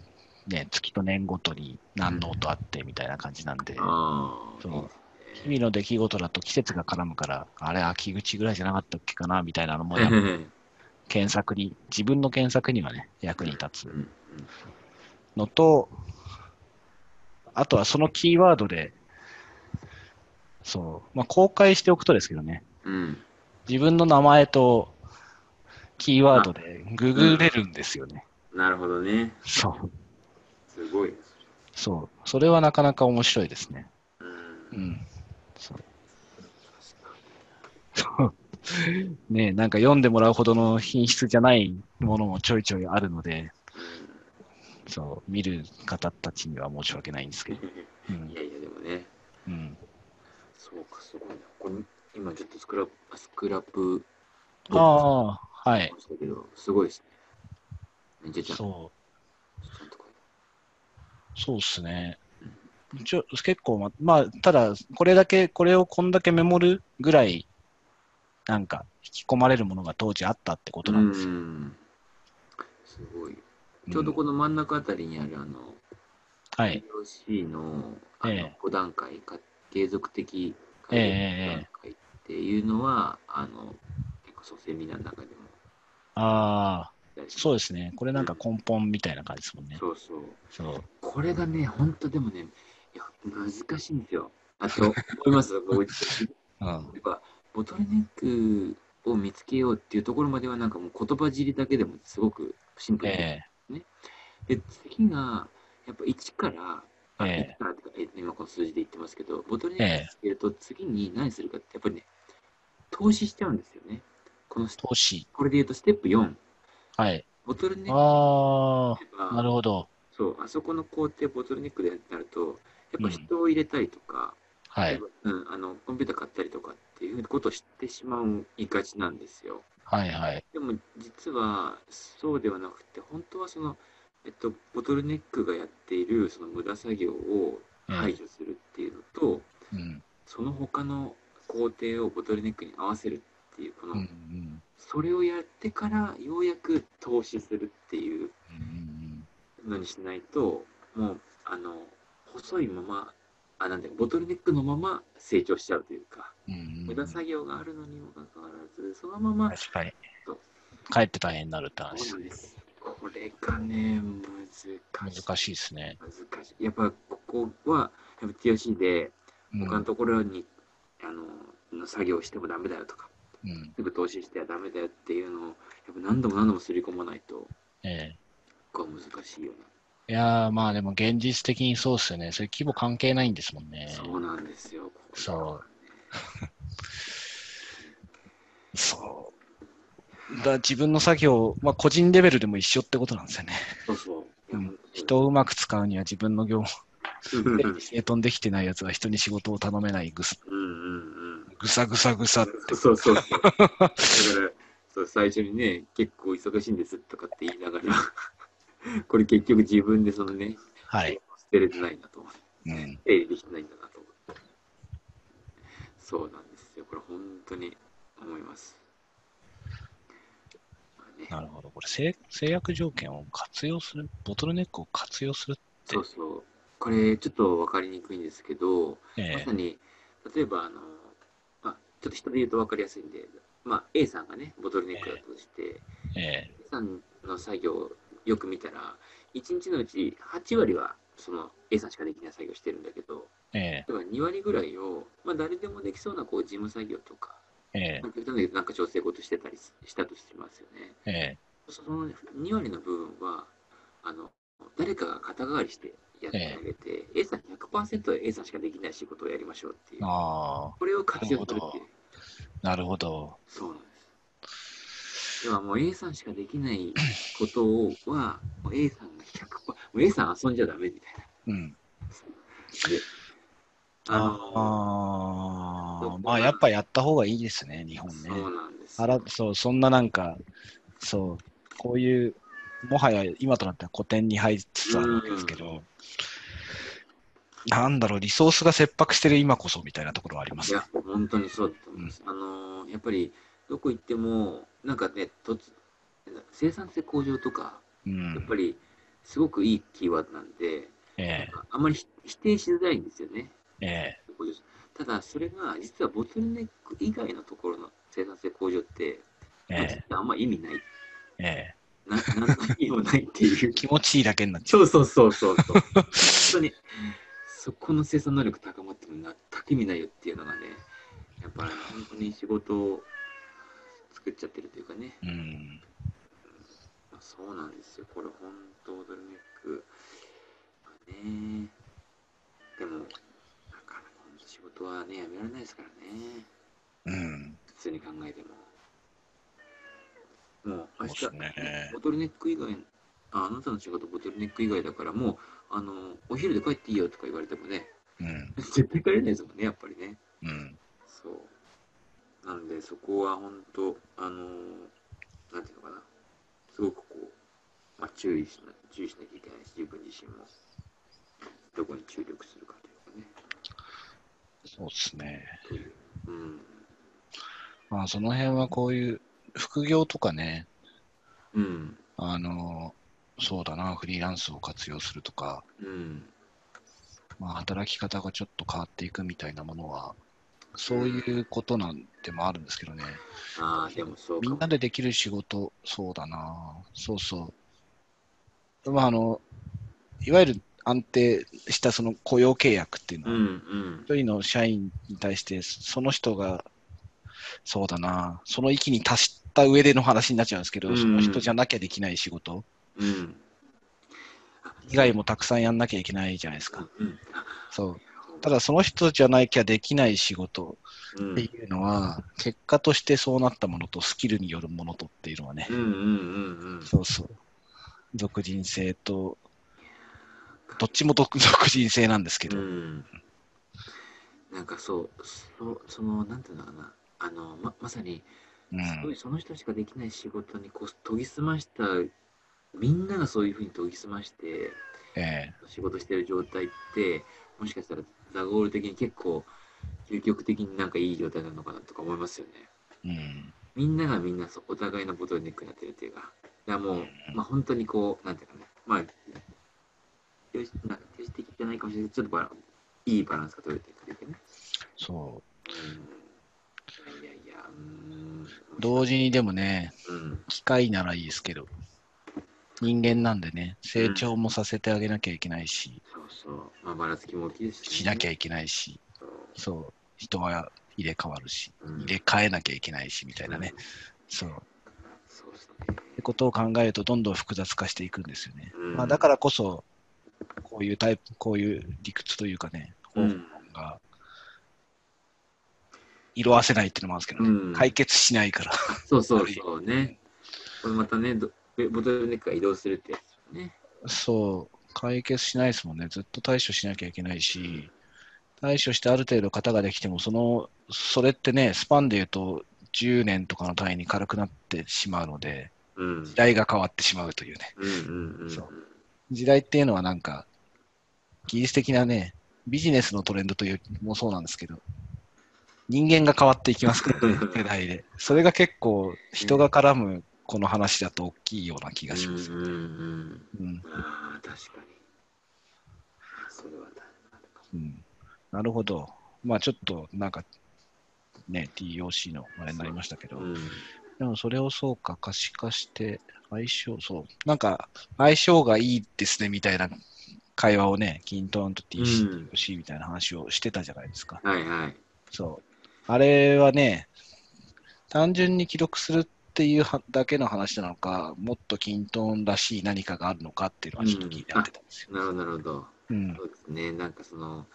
A: ね、月と年ごとに何ノートあってみたいな感じなんで、
B: ああ。
A: そう日々の出来事だと季節が絡むから、あれ、秋口ぐらいじゃなかったっけかなみたいなのも、やっぱ
B: うん
A: 検索に、自分の検索にはね、役に立
B: う
A: つ
B: ん
A: のと、あとはそのキーワードで、そう、まあ、公開しておくとですけどね、
B: うん。
A: 自分の名前とキーワードでググれるんですよね。
B: なるほどね。
A: そう、
B: すごい。
A: そう、それはなかなか面白いですね。
B: うん
A: う。ん。そうそう <laughs> ねえなんか読んでもらうほどの品質じゃないものもちょいちょいあるので、そう、見る方たちには申し訳ないんですけど。う
B: い
A: ん。
B: やいや、でもね。
A: うん、
B: そうか、すごいな。これ今ちょっとスクラップ、スクラップ
A: ああ、はい。
B: ましたけど、すごいですね。じゃあじゃあ
A: そ
B: ちゃんとこ
A: う、そうっすね。ちょ結構ま、まあ、ただ、これだけ、これをこんだけメモるぐらい、なんか、引き込まれるものが当時あったってこ
B: う
A: となんですよ。
B: んすごい。ちょうどこの真ん中あたりにある、あの、
A: うんはい。
B: POC のあ
A: え
B: の
A: え
B: 5段階か、継続的
A: ええ
B: 改
A: え
B: 善段階っていうのは、あの、結構そうセミナーの中でも
A: ああ、
B: やりました
A: そうですね。これなんか根本みたいな感じですもんね。
B: そうそう。
A: そう。
B: これがね、本当でもね、いや難しいんですよ。あと、思います。 <laughs> こう
A: うん。
B: やっぱボトルネックを見つけようっていうところまではなんかもう言葉尻だけでもすごくシンプルで,、
A: え
B: で次がやっぱ1から、あ
A: ええ
B: 1からってかえ今この数字で言ってますけどボトルネック
A: ええ
B: 見つけると次に何するかってやっぱりね投資しちゃうんですよねこのス
A: 投資。
B: これで言うとステップ4
A: はい。
B: ボトルネック
A: ああ、な
B: が
A: るほど。
B: そうあそこの工程ボトルネックでなるとやっぱ
A: うん
B: 人を入れたりとか、
A: は
B: 例え
A: い。
B: ばうん、あのコンピューター買ったりとかっていうことを知ってしまいがちなんですよ。
A: はいはい。
B: でも実はそうではなくて本当はその、えっと、ボトルネックがやっているその無駄作業を
A: うん
B: 排除するっていうのと、
A: うん。
B: その他の工程をボトルネックに合わせるっていうこの、
A: うんうん。
B: それをやってからようやく投資するっていう
A: うんうん
B: のにしないともうあの細いままあなんだよボトルネックのまま成長しちゃうというか
A: うんうんう
B: 無
A: ん
B: 駄作業があるのにもかかわらずそのまま
A: 確かに。帰って大変になるって話です
B: そう
A: ね。
B: ですこれがね、難しい。
A: 難しいですね。
B: 難しい。やっぱここは、やっぱ TOC で、
A: うん
B: 他のところに、あの、の作業してもダメだよとか、
A: うん。
B: すぐ投資してはダメだよっていうのを、やっぱ何度も何度もすり込まないと、
A: え
B: ここは難しいよ
A: え。いやー、まあでも現実的にそうっすよね。それ規模関係ないんですもん
B: な。
A: ね。
B: そうなんですよ。ここ
A: そう。そう。だから自分の作業、まあ個人レベルでも一緒ってことなんですよね。
B: そうそう。
A: う
B: いや
A: ん人をうまく使うには自分の業務
B: うん
A: 整理整頓できてないやつは人に仕事を頼めないぐす
B: <laughs> うんうん。
A: ぐさぐさぐさって。
B: そうそうそう。だから、そう最初にね、結構忙しいんですとかって言いながら、これ結局自分でそのね、
A: はい。
B: 捨てれてないなと思って、
A: うん。
B: 整理できてないんだなと思って。そうなんですよ。これ本当に思います。まあね
A: なるほど。これ制、制約条件を活用する、ボトルネックを活用する。
B: そうそう。これちょっと分かりにくいんですけど、ま
A: え
B: さに例えばあの、まあ、ちょっと人で言うと分かりやすいんで、まあ、A さんがねボトルネックだとして、
A: ええ
B: A さんの作業をよく見たら1日のうち8割はその A さんしかできない作業してるんだけど
A: ええ
B: 例えば2割ぐらいを、まあ、誰でもできそうなこう事務作業とか
A: ええ
B: なんかなんだけどなんか調整事してたりししたとしますよね。
A: ええ
B: その2割の部分はあの誰かが肩代わりしてやってあげて、A さん 100%A さんしかできない仕事をやりましょうっていう、
A: あ
B: これを活用する
A: なる
B: っ
A: ほ
B: てい
A: ど
B: う、
A: あ、なるほど。
B: そうなんです。ではもう A さんしかできないことをは、もう A さんが100%、もう A さん遊んじゃダメみたい
A: うん。
B: な。であの
A: ああ、
B: 僕
A: ま
B: は
A: あやっぱやった方がいいですね、日本ね。
B: そうなんですよ。
A: あら、そう、そんななんか、そう、こういう、もはや今となっては古典に入りつつあるわけですけど、なんだろう、リソースが切迫してる今こそみたいなところはありま
B: い
A: すね。
B: や、本当にそうだと思います。あのーやっぱり、どこ行っても、なんかね、とつ生産性向上とか、
A: う
B: やっ
A: ん
B: ぱ。り、すごくいいキーワードなんで、
A: え
B: ああんまりひ否定しづらいんですよね。
A: え、え
B: 向上ただ、それが、実はボトルネック以外のところの生産性向上って、
A: え、え
B: 実はあんま意味ない。
A: え、え
B: ななんの意味もないっていう
A: え。。気持ちいいだけになっちゃ
B: そうそうそうそう <laughs> そう。本当に、そこの生産能力高まっても全く意味ないよっていうのがね、やっぱり本当に仕事を作っちゃってるというかね、
A: う。うん。
B: まあそうなんですよ、これ本当ドルネック。まあね、でも、なかなか本当仕事はね、やめられないですからね、
A: うん。
B: 普通に考えても。もう明日
A: そうですね
B: ボトルネック以外あ、あなたの仕事ボトルネック以外だから、もう、あの、お昼で帰っていいよとか言われてもね、 <laughs>
A: うん。
B: 絶対帰れないですもんね、やっぱりね。
A: うん。
B: そう。なんで、そこは本当、あのなんていうのかな、すごくこう、まあ、注意しな、注意しなきゃいけないし、自分自身も、どこに注力するかというかね、
A: そうですね。
B: という。うん。
A: まあその辺はこういう副業とかね、
B: うん。
A: あの、そうだな、フリーランスを活用するとか、
B: うん。
A: まあ、働き方がちょっと変わっていくみたいなものは、そういうことなんでもあるんですけどね。
B: ああ、でもそう
A: み
B: か
A: ん
B: も
A: な。でできる仕事、そうだな、そうそう。まあ、あの、いわゆる安定したその雇用契約っていうの
B: う
A: は、
B: んうん。
A: 一人の社員に対して、その人が、そうだな、その域に達した上での話になっちゃうんですけど、
B: うん
A: その人じゃなきゃできない仕事
B: うん。あ
A: 以外もたくさんやんなきゃいけないじゃないですか。
B: うん。
A: そう。ただその人じゃなきゃできない仕事
B: うん
A: っていうのは、結果としてそうなったものとスキルによるものとっていうのはね
B: う、んうんうんうん。
A: そうそう。属人性と、どっちも <laughs> 属属人性なんですけど、
B: うん、なんかそうそそのなんていうのかなあのままさに
A: う
B: すご
A: ん
B: い。その人しかできない仕事にこう研ぎ澄ましたみんながそういうふうに研ぎ澄まして
A: ええ
B: 仕事してる状態ってもしかしたらザゴール的に結構究極的になんかいい状態なのかなとか思いますよね。
A: うん。
B: みんながみんなそうお互いのボトルネックになってるっていうか、だからもう、まあ、本当にこう、なんていうかね、まあ、定時なんか定時的じゃないかもしれないけど、ちょっとバランいいバランスが取れてるっていうかね。
A: そ
B: うん、いやいやいや、うーん。
A: う。同時にでもね、
B: うん、
A: 機械ならいいですけど、人間なんでね、成長もさせてあげなきゃいけないし、
B: そうそう。まあ、ばらつきも大きいです
A: しなき
B: ゃ。
A: ゃいけないし、
B: そう
A: そう。人は入れ替わるし、
B: うん
A: 入れ替えなきゃいけないし、みたいなね
B: う。ん
A: そう。
B: そうです
A: って
B: ね。
A: ことを考えるとどんどん複雑化していくんですよね。
B: うん
A: まあ、だからこそこういうタイプこういう理屈というかね方法
B: うん
A: が色あせないっていうのもあるんですけどね、
B: うん
A: 解決しないから。
B: そうそうそうね。これまたね、どボトルネックが移動するってやつよね。
A: そう解決しないですもんねずっと対処しなきゃいけないし対処してある程度型ができてもそのそれってねスパンで言うと10年とかの単位に軽くなってしまうので
B: うん。
A: 時代が変わってしまうというね。
B: うんうんうん。 <laughs>
A: そう時代っていうのはなんか、技術的なね、ビジネスのトレンドというもそうなんですけど、人間が変わっていきますからね、世代で。それが結構、人が絡むこの話だと大きいような気がします。
B: うんうんうん
A: うん、
B: ああ、確かに。それはだあるかも
A: うん、なるほど。まあちょっとなんか、ね、TOC のあれになりましたけど、
B: うん
A: でもそれをそうか、可視化して、相性、そう、なんか、相性がいいですねみたいな会話をね、キントーンと TC、
B: うん
A: TOC みたいな話をしてたじゃないですか。
B: はいはい。
A: そう。あれはね、単純に記録するっていうはだけの話なのか、もっとキントーンらしい何かがあるのかっていうのはちょっと気になってたんですよ。
B: なるほどなるほど。
A: うん
B: そ。うですね。なんかその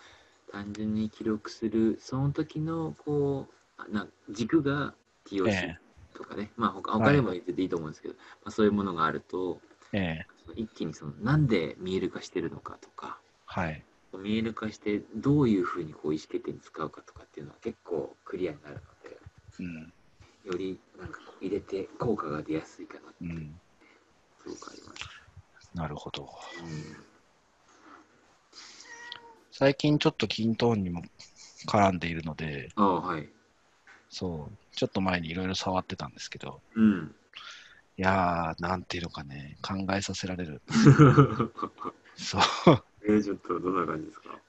B: 単純に記録するその時のこうあな軸が TOC
A: え
B: とかね、まあ他他でも言ってていいと思うんですけど、まあそういうものがあると
A: え、ええ、
B: その一気にそのなんで見える化してるのかとか。
A: はい。
B: 見える化してどういうふうにこう意思決定に使うかとかっていうのは結構クリアになるので
A: うん。
B: よりなんかこう入れて効果が出やすいかなって
A: うん。
B: すごくあります。
A: なるほど。
B: うん
A: 最近ちょっとキントーンにも絡んでいるので、
B: ああはい。
A: そう、ちょっと前にいろいろ触ってたんですけど、 <laughs>
B: うん。
A: いやー、なんていうのかね、考えさせられる。そう。
B: えー、ちょっとどんな感じですか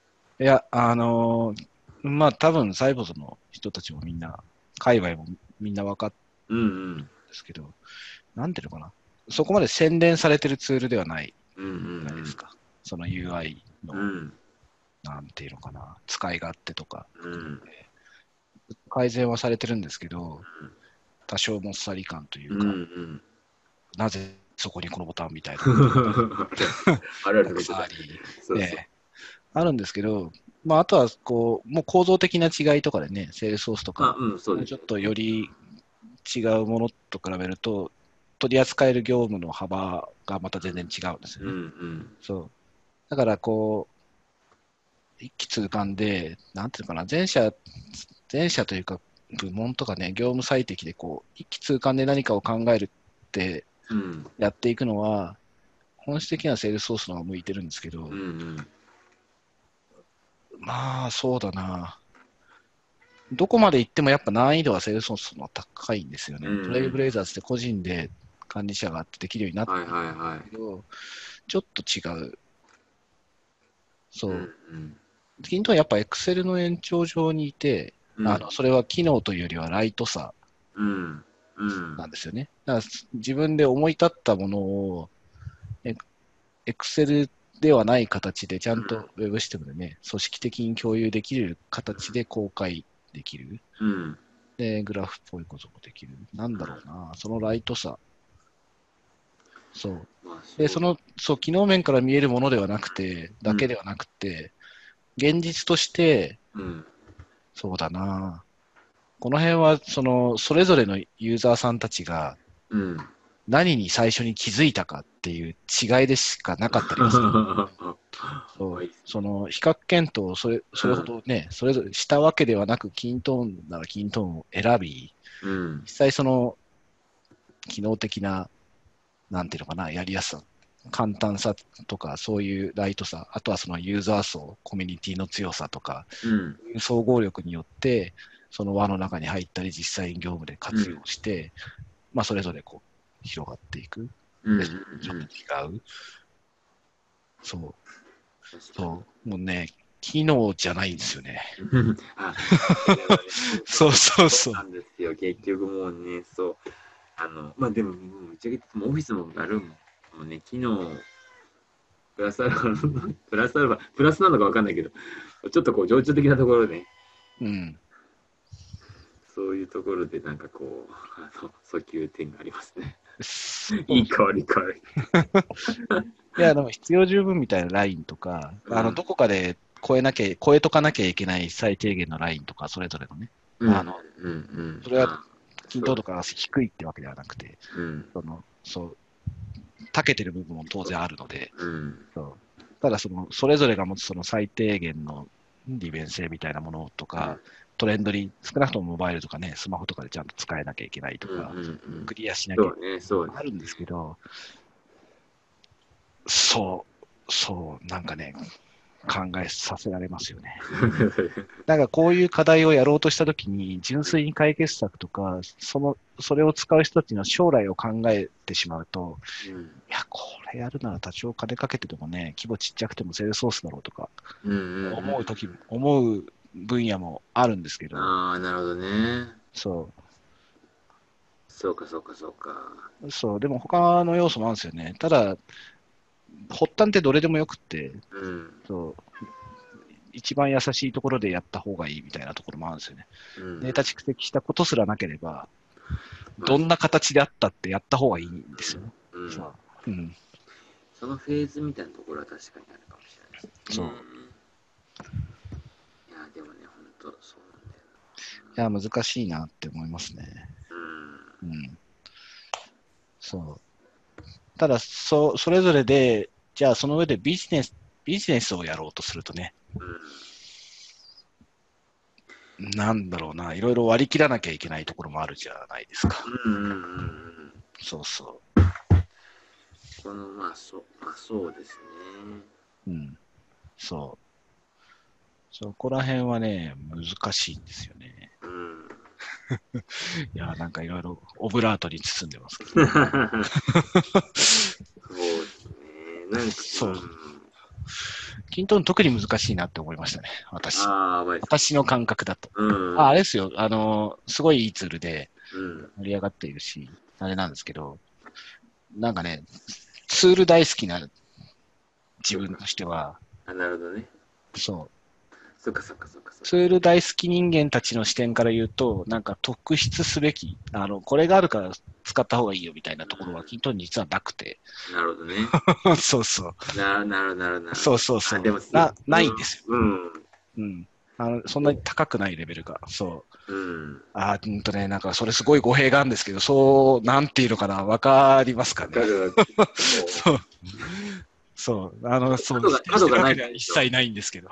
A: いや、あのーまあ多分サイボーズの人たちもみんな、界隈もみんな分かって
B: うんうん。
A: るんですけど、なんていうのかな、そこまで洗練されてるツールではない
B: うんう
A: じ
B: ん、うん。
A: ゃないですか。その UI の、
B: うん。
A: なんていうのかな、使い勝手とか、
B: うん。
A: 改善はされてるんですけど、多少もっさり感といううんか、 <laughs>
B: うん。
A: なぜそこにこのボタンみ
B: <laughs>
A: たいなのが
B: あるあ
A: たく
B: る見
A: さ
B: て
A: んあ
B: た。
A: り、
B: そうそう。
A: ええあるんですけど、まあ、あとはこうもう構造的な違いとかでね、セールスソースと
B: あ
A: か、、
B: うん、そうです。
A: ちょっとより違うものと比べると、取り扱える業務の幅がまた全然違うんですよ
B: うん
A: ね。
B: うん。
A: そうだからこう、一気通貫で、なんていうのかな、前者、前者というか、部門とかね、業務最適でこう、一気通貫で何かを考えるって、
B: うん
A: やっていくのは、本質的にはセールスソースの方が向いてるんですけど、
B: うんうん。
A: まあそうだな。どこまで行ってもやっぱ難易度はセールスソースの方が高いんですよね。
B: うん
A: トレイルブレイザーズって個人で管理者があってできるようになった
B: はいはいはい
A: け。ど、ちょっと違う。そうう。
B: ん
A: キントンはやっぱ Excel の延長上にいて、
B: うん。
A: あのそれは機能というよりはライトさ
B: うん。うん。
A: なんですよね。だから自分で思い立ったものを、エクセルではない形で、ちゃんとウェブシステムでね、組織的に共有できる形で公開できる。
B: うん。
A: で、グラフっぽいこともできる。なんだろうな、そのライトさ。そう。
B: まあ
A: で、そ、の、そう、機能面から見えるものではなくて、だけではなくて、現実として、
B: うん。
A: そうだな。この辺は、その、それぞれのユーザーさんたちが、 <laughs>
B: うん。
A: 何に最初に気づいたかっていう違いでしかなかったりは
B: <laughs>
A: するそ
B: は
A: う
B: い
A: その比較検討をそれそれほどね、それぞれしたわけではなく、キントーンならキントーンを選び、
B: うん
A: 実。際その機能的な、なんていうのかな、やりやすさ、簡単さとか、そういうライトさ、あとはそのユーザー層、コミュニティの強さとか、
B: うん。
A: 総合力によって、その輪の中に入ったり、実際に業務で活用して、まあ、それぞれこう広がっていく。
B: うん。
A: ちょっと違う。そう、
B: そ
A: そう。もうね、機能じゃないんですよね。
B: うん。あ、
A: そうそうそう
B: な。んですよ、結局もうね、そう。あの、まあでも、もうぶっちゃけ、もうオフィスもあるもん。もうね、昨日、プラスアルファ、 <laughs> プラスアルファ、プラスなのかわかんないけど、ちょっとこう、情緒的なところね、
A: うん。
B: そういうところで、なんかこう、あの、訴求点がありますね。
A: そう
B: <laughs> いいか悪いか悪い。
A: いや、でも必要十分みたいなラインとか、
B: うん
A: あの、どこかで超えなきゃ、超えとかなきゃいけない最低限のラインとか、それぞれのね、あの、
B: うんうん。
A: それは、均等とかが低いってわけではなくて、
B: うん。
A: その、そう、長けてる部分も当然あるので、
B: うん。
A: そうただその、それぞれが持つその最低限の利便性みたいなものとか、トレンドに少なくともモバイルとかね、スマホとかでちゃんと使えなきゃいけないと
B: うん
A: か、
B: うんうん
A: クリアしなきゃ
B: そ
A: いう
B: ね、そうね
A: あ。るんですけど、そう、そう、なんかね、考えさせられますよね。
B: <laughs>
A: なんかこういう課題をやろうとしたときに、純粋に解決策とか、その、それを使う人たちの将来を考えてしまうと、
B: うん
A: いや、これやるなら多少金かけてでもね、規模ちっちゃくてもセールスソースだろうとか、
B: うんん
A: 思う時も、思う分野もあるんですけど、
B: ああ、なるほどね。
A: そ
B: そうか、そうか、そうか。
A: う、そう、でも他の要素もあるんですよね。ただ、発端ってどれでもよくって、
B: うん。
A: そう、一番優しいところでやった方がいいみたいなところもあるんですよね。
B: うん、
A: データ蓄積したことすらなければ、
B: まあ
A: どんな形であったってやった方がいいんですよ。
B: うん
A: そううん、
B: そのフェーズみたいなところは確かにあるかもしれないです
A: そう
B: ね。いや、でもね、本当そうなんだよ
A: いや、難しいなって思いますね。
B: な。
A: うん。そう。ただ、そ、それぞれで、じゃあその上でビジネス、ビジネスをやろうとするとね、
B: うん。うん。
A: なんだろうな、いろいろ割り切らなきゃいけないところもあるじゃないですか。
B: うんうんうんうん。
A: そうそ
B: この、まあ、そう、まあ、そうですね。
A: う。うん。そう。そこら辺はね、難しいんですよね。
B: うん。
A: いや、なんかいろいろオブラートに包んでますけど。
B: そうですね。なんか、
A: そうん均等に特に難しいなって思いましたね、私。
B: ああ、まあ、
A: 私の感覚だと。
B: うん。
A: ああれですよ、あの、すごいいいツールで
B: うん。
A: 盛り上がっているし、あれなんですけど、なんかね、ツール大好きな自分としては、
B: あ、なるほどね。
A: そう、
B: そっかそっかそっかそっか。
A: ツール大好き人間たちの視点から言うと、なんか特筆すべき、あの、これがあるから使った方がいいよみたいなところは、均等に実はなくて。 <laughs>
B: なるほどね。
A: そうそう。
B: ななるなるなる。
A: そうそうそう
B: あでも
A: なないんです
B: よ。うん。
A: よ。うん。あのそんなに高くないレベルが。そう。
B: うん。
A: あー、うんとね、なんかそれすごい語弊があるんですけど、そう、なんていうのかな、わかりますか
B: わか
A: ね。
B: るわかる。
A: そう。そう。あの、そう。
B: 角が角がな
A: 否定してるわけ
B: い
A: では一切ないんですけ
B: <laughs>
A: ど。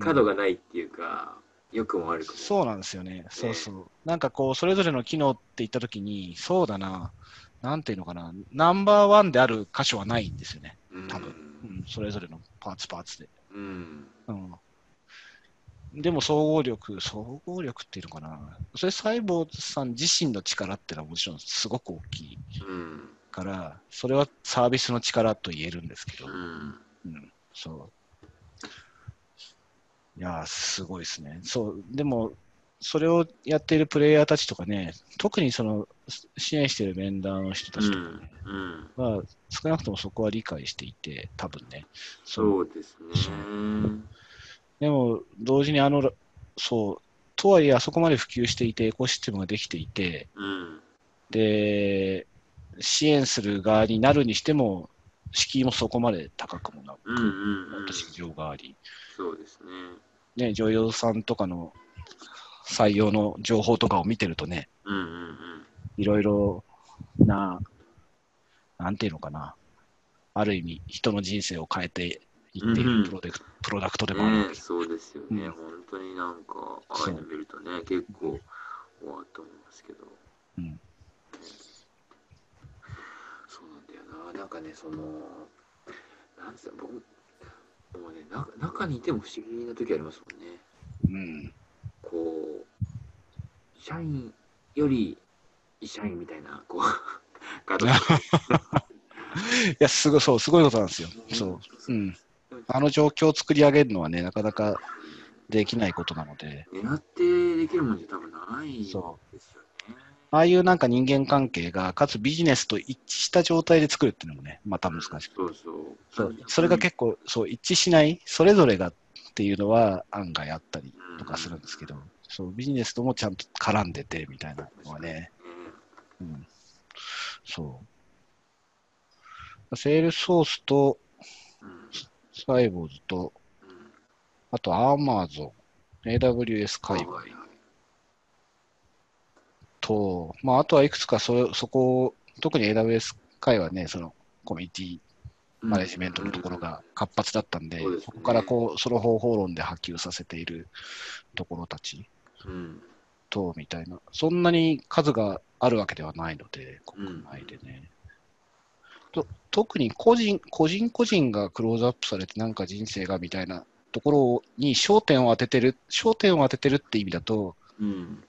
B: 角がないっていうか、よくも悪くも。
A: そうなんですよね。そうそう。なんかこう、それぞれの機能って言ったときに、そうだな、なんていうのかな、ナンバーワンである箇所はないんですよね。
B: うん。
A: 多うん、それぞれのパーツパーツで。
B: うん。
A: うん。でも総合力、総合力っていうのかな。それ、細胞さん自身の力っていうのはもちろんすごく大きい
B: うん。
A: から、それはサービスの力と言えるんですけど、
B: うん。
A: うん、そう。いやー、すごいですね。そう、でも、それをやっているプレイヤーたちとかね、特にそのす支援しているメンダーの人た
B: う
A: ちとか
B: ん。うん。
A: は、少なくともそこは理解していて、多分ね。そう。
B: そうですね。
A: でも、同時にあの、そう、とはいえ、あそこまで普及していて、エコシステムができていて、
B: うん。
A: で、支援する側になるにしても、敷居もそこまで高くもなく、
B: うんうんうん。
A: 市場があり、
B: そうですね。
A: ね、女優さんとかの採用の情報とかを見てるとね、
B: うんうん
A: いろいろな、なんていうのかな、ある意味、人の人生を変えていってい
B: うんうん
A: るプロデクプロダクトでもある
B: うん。
A: わ
B: ね
A: けです。
B: そうですよね。
A: うん
B: 本当になんか、ああいうの見るとね、結構、おわと思いますけど。
A: うん
B: そうなんだよな。なんかね、その、なんつうの、僕、もうね、な中にいても不思議な時ありますもん
A: う
B: ね。
A: ん
B: こう、社員より社員みたいな、
A: <laughs>
B: こう、ガードが
A: いや、すごい、そう、すごいことなんですよ。そう。うん。あの状況を作り上げるのはね、なかなかできないことなので、
B: 狙ってできるもんじゃ多分ないんですよね。
A: ああいうなんか人間関係が、かつビジネスと一致した状態で作るっていうのもね、また難しくて
B: そうそう。
A: そうそれが結構そう一致しない、それぞれがっていうのは案外あったりとかするんですけど、そうビジネスともちゃんと絡んでてみたいなのはね、うん、そう。セールスソースと
B: うん。うん
A: サイボーズと、
B: うん
A: あとアーマーゾン、AWS 界隈
B: はいはい
A: と、まあ、あとはいくつかそそこを、特に AWS 界はね、そのコミュニティマネジメントのところが活発だったんで、
B: そうですね
A: そこからこうその方法論で波及させているところたち
B: うん。
A: と、みたいな、そんなに数があるわけではないので、国内でね。と特に個人個人個人がクローズアップされてなんか人生がみたいなところに焦点を当ててる焦点を当ててるって意味だと
B: うん。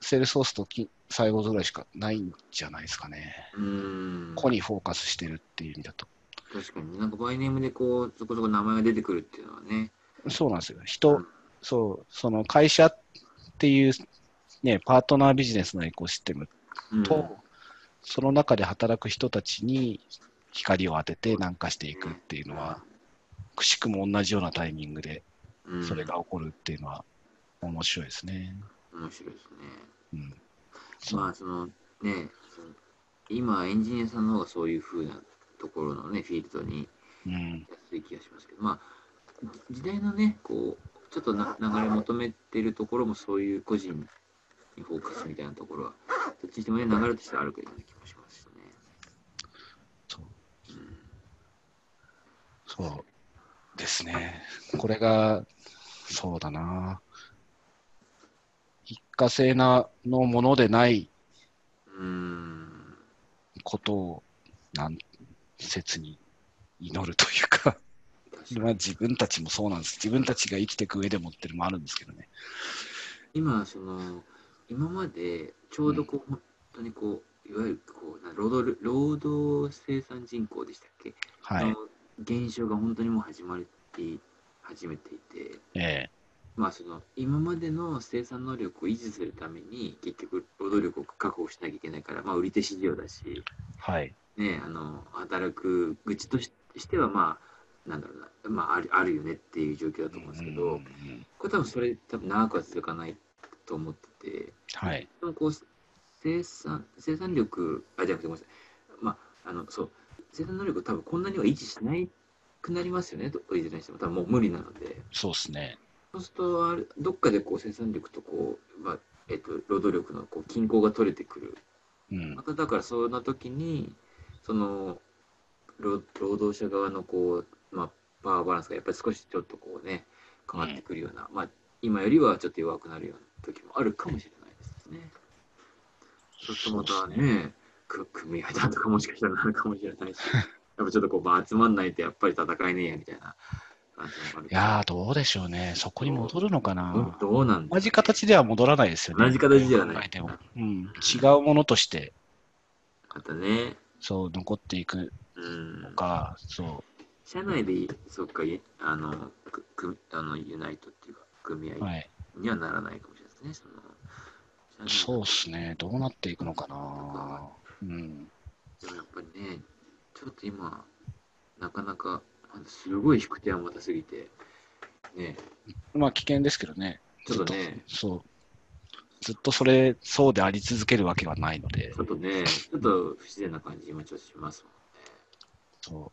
A: セールソースときサイボーズぐらいしかないんじゃないですかね。
B: うん。
A: ここにフォーカスしてるっていう意味だと。
B: 確かに、なんかバイネームでこう、そこそこ名前が出てくるっていうのはね。
A: そうなんですよ。
B: う
A: 人
B: ん、
A: そう、その会社っていう、ね、パートナービジネスのエコシステム
B: うん、
A: と、その中で働く人たちに光を当てて南下していくっていうのは、くしくも同じようなタイミングで
B: うん、
A: それが起こるっていうのは面白いですね。
B: 面白いですね。
A: うん。
B: まあそのね、その今エンジニアさんの方がそういう風なところのね、フィールドに
A: うん。
B: やすい気がしますけど、まあ時代のね、こうちょっとな流れ求めてるところもそういう個人にフォーカスみたいなところは、どっちにしてもね、流れとしてはあるかような気もしますしね。
A: そう。そうですね。これが、そうだな。一過性なのものでない
B: うん。
A: ことを、なん、切に祈るというか、 <laughs>
B: 確か
A: まあ自分たちもそうなんです。自分たちが生きていく上でもっていうのもあるんですけどね。
B: 今その今までちょうどこう、本当にこういわゆるこうな労働労働生産人口でしたっけ、
A: は
B: の
A: い。
B: 減少が本当にもう始まり始めていて、
A: ええ
B: まあ、その今までの生産能力を維持するために結局労働力を確保しなきゃいけないから、まあ、売り手市場だし、
A: はい。
B: ね、あの働く口とししてはまあなんだろうな、まあ、あるあるよねっていう状況だと思うんですけど、
A: うんうんうん
B: これ多分それ多分長くは続かないと思ってて。
A: はい。
B: でもこう生産生産力あじゃなくてごめんなさいまああのそう生産能力を多分こんなには維持しないくなりますよねといずれにしても多分もう無理なので
A: そうですね。
B: そうするとあるどっかでこう生産力とこう、まあえっと労働力のこう均衡が取れてくる
A: うん
B: ま。ただからそんな時にその労労働者側のこう、まあ、パワーバランスがやっぱり少しちょっとこうね変わってくるような、まあ今よりはちょっと弱くなるような時もあるかもしれないですね。ちょっとま
A: そうっ
B: た
A: すね
B: ね、く組合だとかもしかしたらなるかもしれないし、やっぱちょっとこう、まあ、集まんないとやっぱり戦えねえやみたいな感じもある
A: いやー、どうでしょうね。そこに戻るのか
B: ど
A: な。
B: どうなんだ
A: 同じ形では戻らないですよね。
B: 同じ形では
A: 考
B: な
A: え
B: い。
A: ても。うん。違うものとして、
B: またね、
A: そう、残っていく
B: うん
A: の。か、そ
B: 社内でい、そっか、いあの、くくあのユナイトっていうか、組
A: う。
B: 合
A: はい。
B: にはならないかもしれないですね。
A: そ
B: その
A: う
B: う。
A: ですね。どうなっていくのかな。うん。
B: でもやっぱりね、ちょっと今、なかなか、あのすごい引く手はまたすぎて、ね、
A: まあ、危険ですけどね。
B: ちょっとね、
A: そう。ずっとそれ、そうであり続けるわけはないので
B: ち。ょっとね、ちょっと不自然な感じ、今ちょっとしますもんね。
A: そう。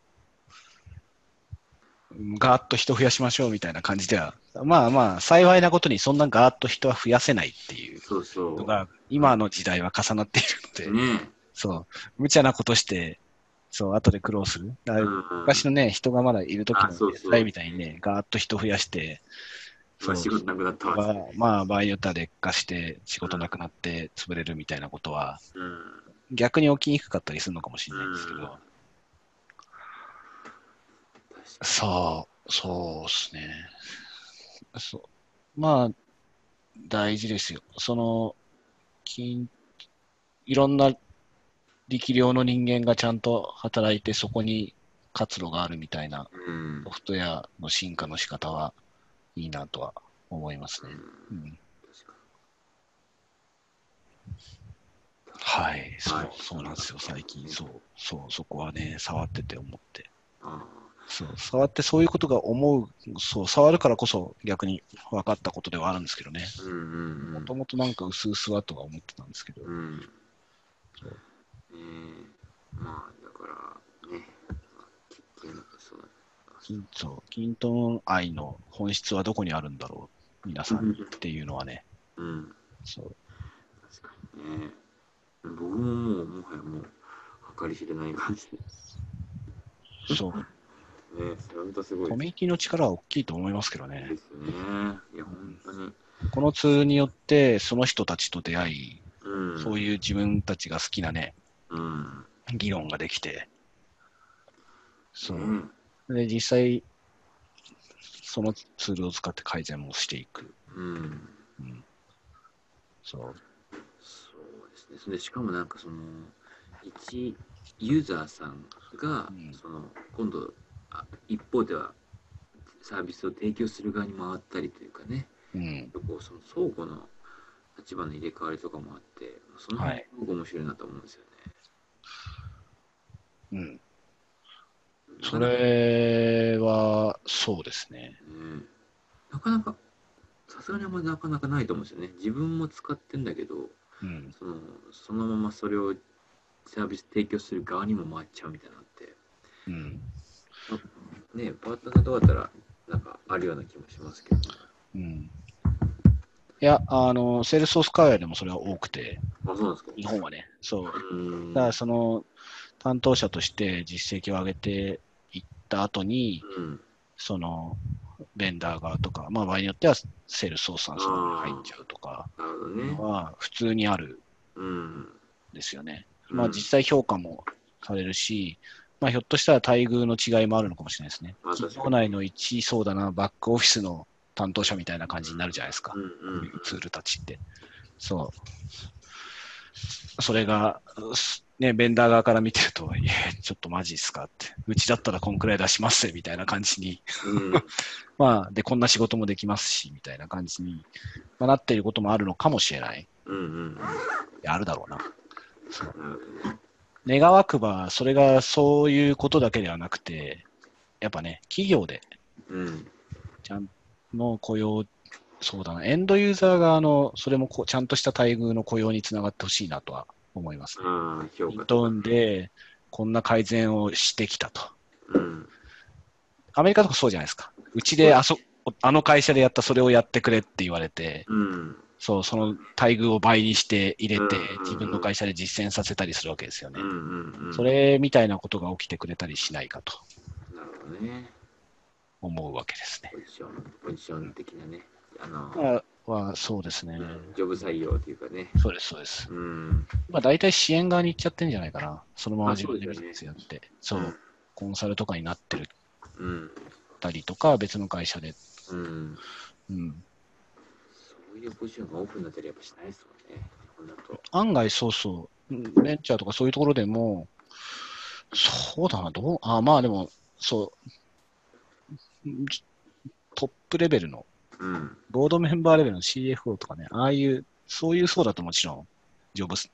A: ガーッと人増やしましょうみたいな感じでは、まあまあ、幸いなことにそんなガーッと人は増やせないっていう
B: そうそう。
A: のが、今の時代は重なっているので、
B: ね、
A: そう、無茶なことして、そう、後で苦労する。だから昔
B: の
A: のね、人がまだいる時
B: あそ
A: の
B: うそう
A: 時代みたいにね、ガーッと人増やして、そう
B: 仕事なくなった
A: ま
B: わ。
A: あまあ、場合によっては劣化して、仕事なくなって潰れるみたいなことは、
B: うん。
A: 逆に起きにくかったりするのかもしれないんですけ
B: うん
A: ど、
B: 確か
A: そう、そうですね。そうまあ、大事ですよ。その、金、いろんな力量の人間がちゃんと働いて、そこに活路があるみたいな
B: にうん
A: ソ。フトウェアの進化の仕方はいいなとは思います
B: う
A: ね。うんん、
B: 確かに
A: はい、そう、
B: はい
A: そうなんですよ、最近。そう、そう、そこはね、触ってて思って。
B: あ
A: そう、触ってそういうことが思う、そう、触るからこそ逆に分かったことではあるんですけどね。
B: ーうんうんう
A: も
B: ん
A: ともとなんか薄々はとは思ってたんですけど。
B: うん。ね
A: そう
B: えまあ、だから、ね、まあききそうだ
A: 金そう、金と愛の本質はどこにあるんだろう、皆さんっていうのはね。
B: うん、
A: そう。
B: 確かにね。僕ももう、もはやもう、計り知れない感じです。
A: そう。
B: ね、それはまたすごい
A: コミュニティの力は大きいと思いますけどね
B: で。すね。いや、本当に。
A: このツールによって、その人たちと出会い、
B: うん。
A: そういう自分たちが好きなね、
B: うん。
A: 議論ができて、そうう。
B: ん
A: で、実際、そのツールを使って改善もしていく。
B: うん
A: そう。
B: そうですね。それでしかもなんかその一ユーザーさんが、
A: うん
B: その今度あ一方ではサービスを提供する側に回ったりというかね、
A: うん。
B: こうその相互の立場の入れ替わりとかもあって、その
A: は
B: 辺
A: い
B: すごく面白いなと思うんですよね。
A: うん。それは、そうですね。
B: ねなかなかさすがにあんまりなかなかないと思うんですよね。自分も使ってんだけど、
A: うん。
B: そのそのままそれをサービス提供する側にも回っちゃうみたいなのって。
A: うん。
B: ねパートナーとかだったら、なんかあるような気もしますけど、ね。
A: うん。いや、あの、セールスソース海外でもそれは多くて、
B: あ、そうなんですか。
A: 日本はね。そう。
B: うーん。
A: だからその担当者として実績を上げていった後に、
B: うん。
A: そのベンダー側とか、まあ、場合によってはセールス操作が入っちゃうとか
B: なるほどね。
A: は普通にある
B: うん。
A: んですよね。まあ、
B: うん
A: 実際評価もされるし、まあ、ひょっとしたら待遇の違いもあるのかもしれないですね。
B: まあ
A: 企業内の一そうだな、バックオフィスの担当者みたいな感じになるじゃないですか
B: う、んうん。
A: ツールたちって。そう。それが、すね、ベンダー側から見てると、いや、ちょっとマジっすかって、うちだったらこんくらい出しますぜみたいな感じに
B: うん。
A: まあ、で、こんな仕事もできますし、みたいな感じに、まあ、なっていることもあるのかもしれない。い
B: うんうん。なる
A: やあるだろうな。そう
B: ほどね。
A: 願わくば、それがそういうことだけではなくて、やっぱね、企業で、
B: うん。
A: ちゃんの雇用、そうだな、エンドユーザー側の、それもこうちゃんとした待遇の雇用につながってほしいなとは思いますね。
B: ああ、評
A: リ
B: 価。
A: トンで、こんな改善をしてきたと。
B: うん。
A: アメリカとかそうじゃないですか。うちであそ、あの会社でやったそれをやってくれって言われて、
B: うん。
A: そう、その待遇を倍にして入れて
B: うんうんうん、
A: 自分の会社で実践させたりするわけですよ
B: う
A: ね
B: ん。うんうん。
A: そ。れみたいなことが起きてくれたりしないかと
B: なるほどね。
A: 思うわけですね。
B: ポジション、ポジション的なね。あの、
A: まあはそうですね
B: う。んジョブ採用というかね。
A: そうです、そうです。
B: うん。
A: まあ大体支援側に行っちゃってんじゃないかな。そのまま
B: あ
A: 自分で
B: そう
A: ビ
B: です
A: ジ
B: よね
A: ネスやって。そう、コンサルとかになってる
B: うん。
A: たりとか、別の会社で。
B: うん。
A: うん。
B: そういうポジションがオフになったりやっぱしないですもんね。こんなと。
A: 案外そうそう、うんベンチャーとかそういうところでも、そうだな、どう、あまあでも、そう、うんトップレベルの、
B: うん。
A: ボードメンバーレベルの CFO とかね、ああいう、そういう層だともちろん、ジョブス、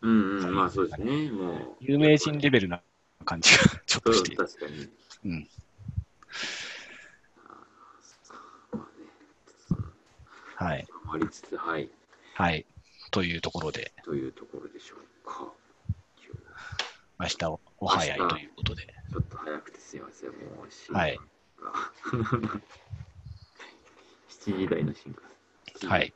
B: うんうん、まあそうですね。もう。
A: 有名人レベルな感じがちょっ
B: そ
A: と
B: う
A: している。
B: 確かに。
A: うん。
B: まあね、その
A: はい。
B: ありつつ、はい、
A: はい。というところで、
B: というところでしょうか。今日
A: 明日おお早い
B: 明日
A: ということで、
B: ちょっと早くてすみません、もう深 <laughs>
A: はい。
B: 7時台の進化。
A: はい。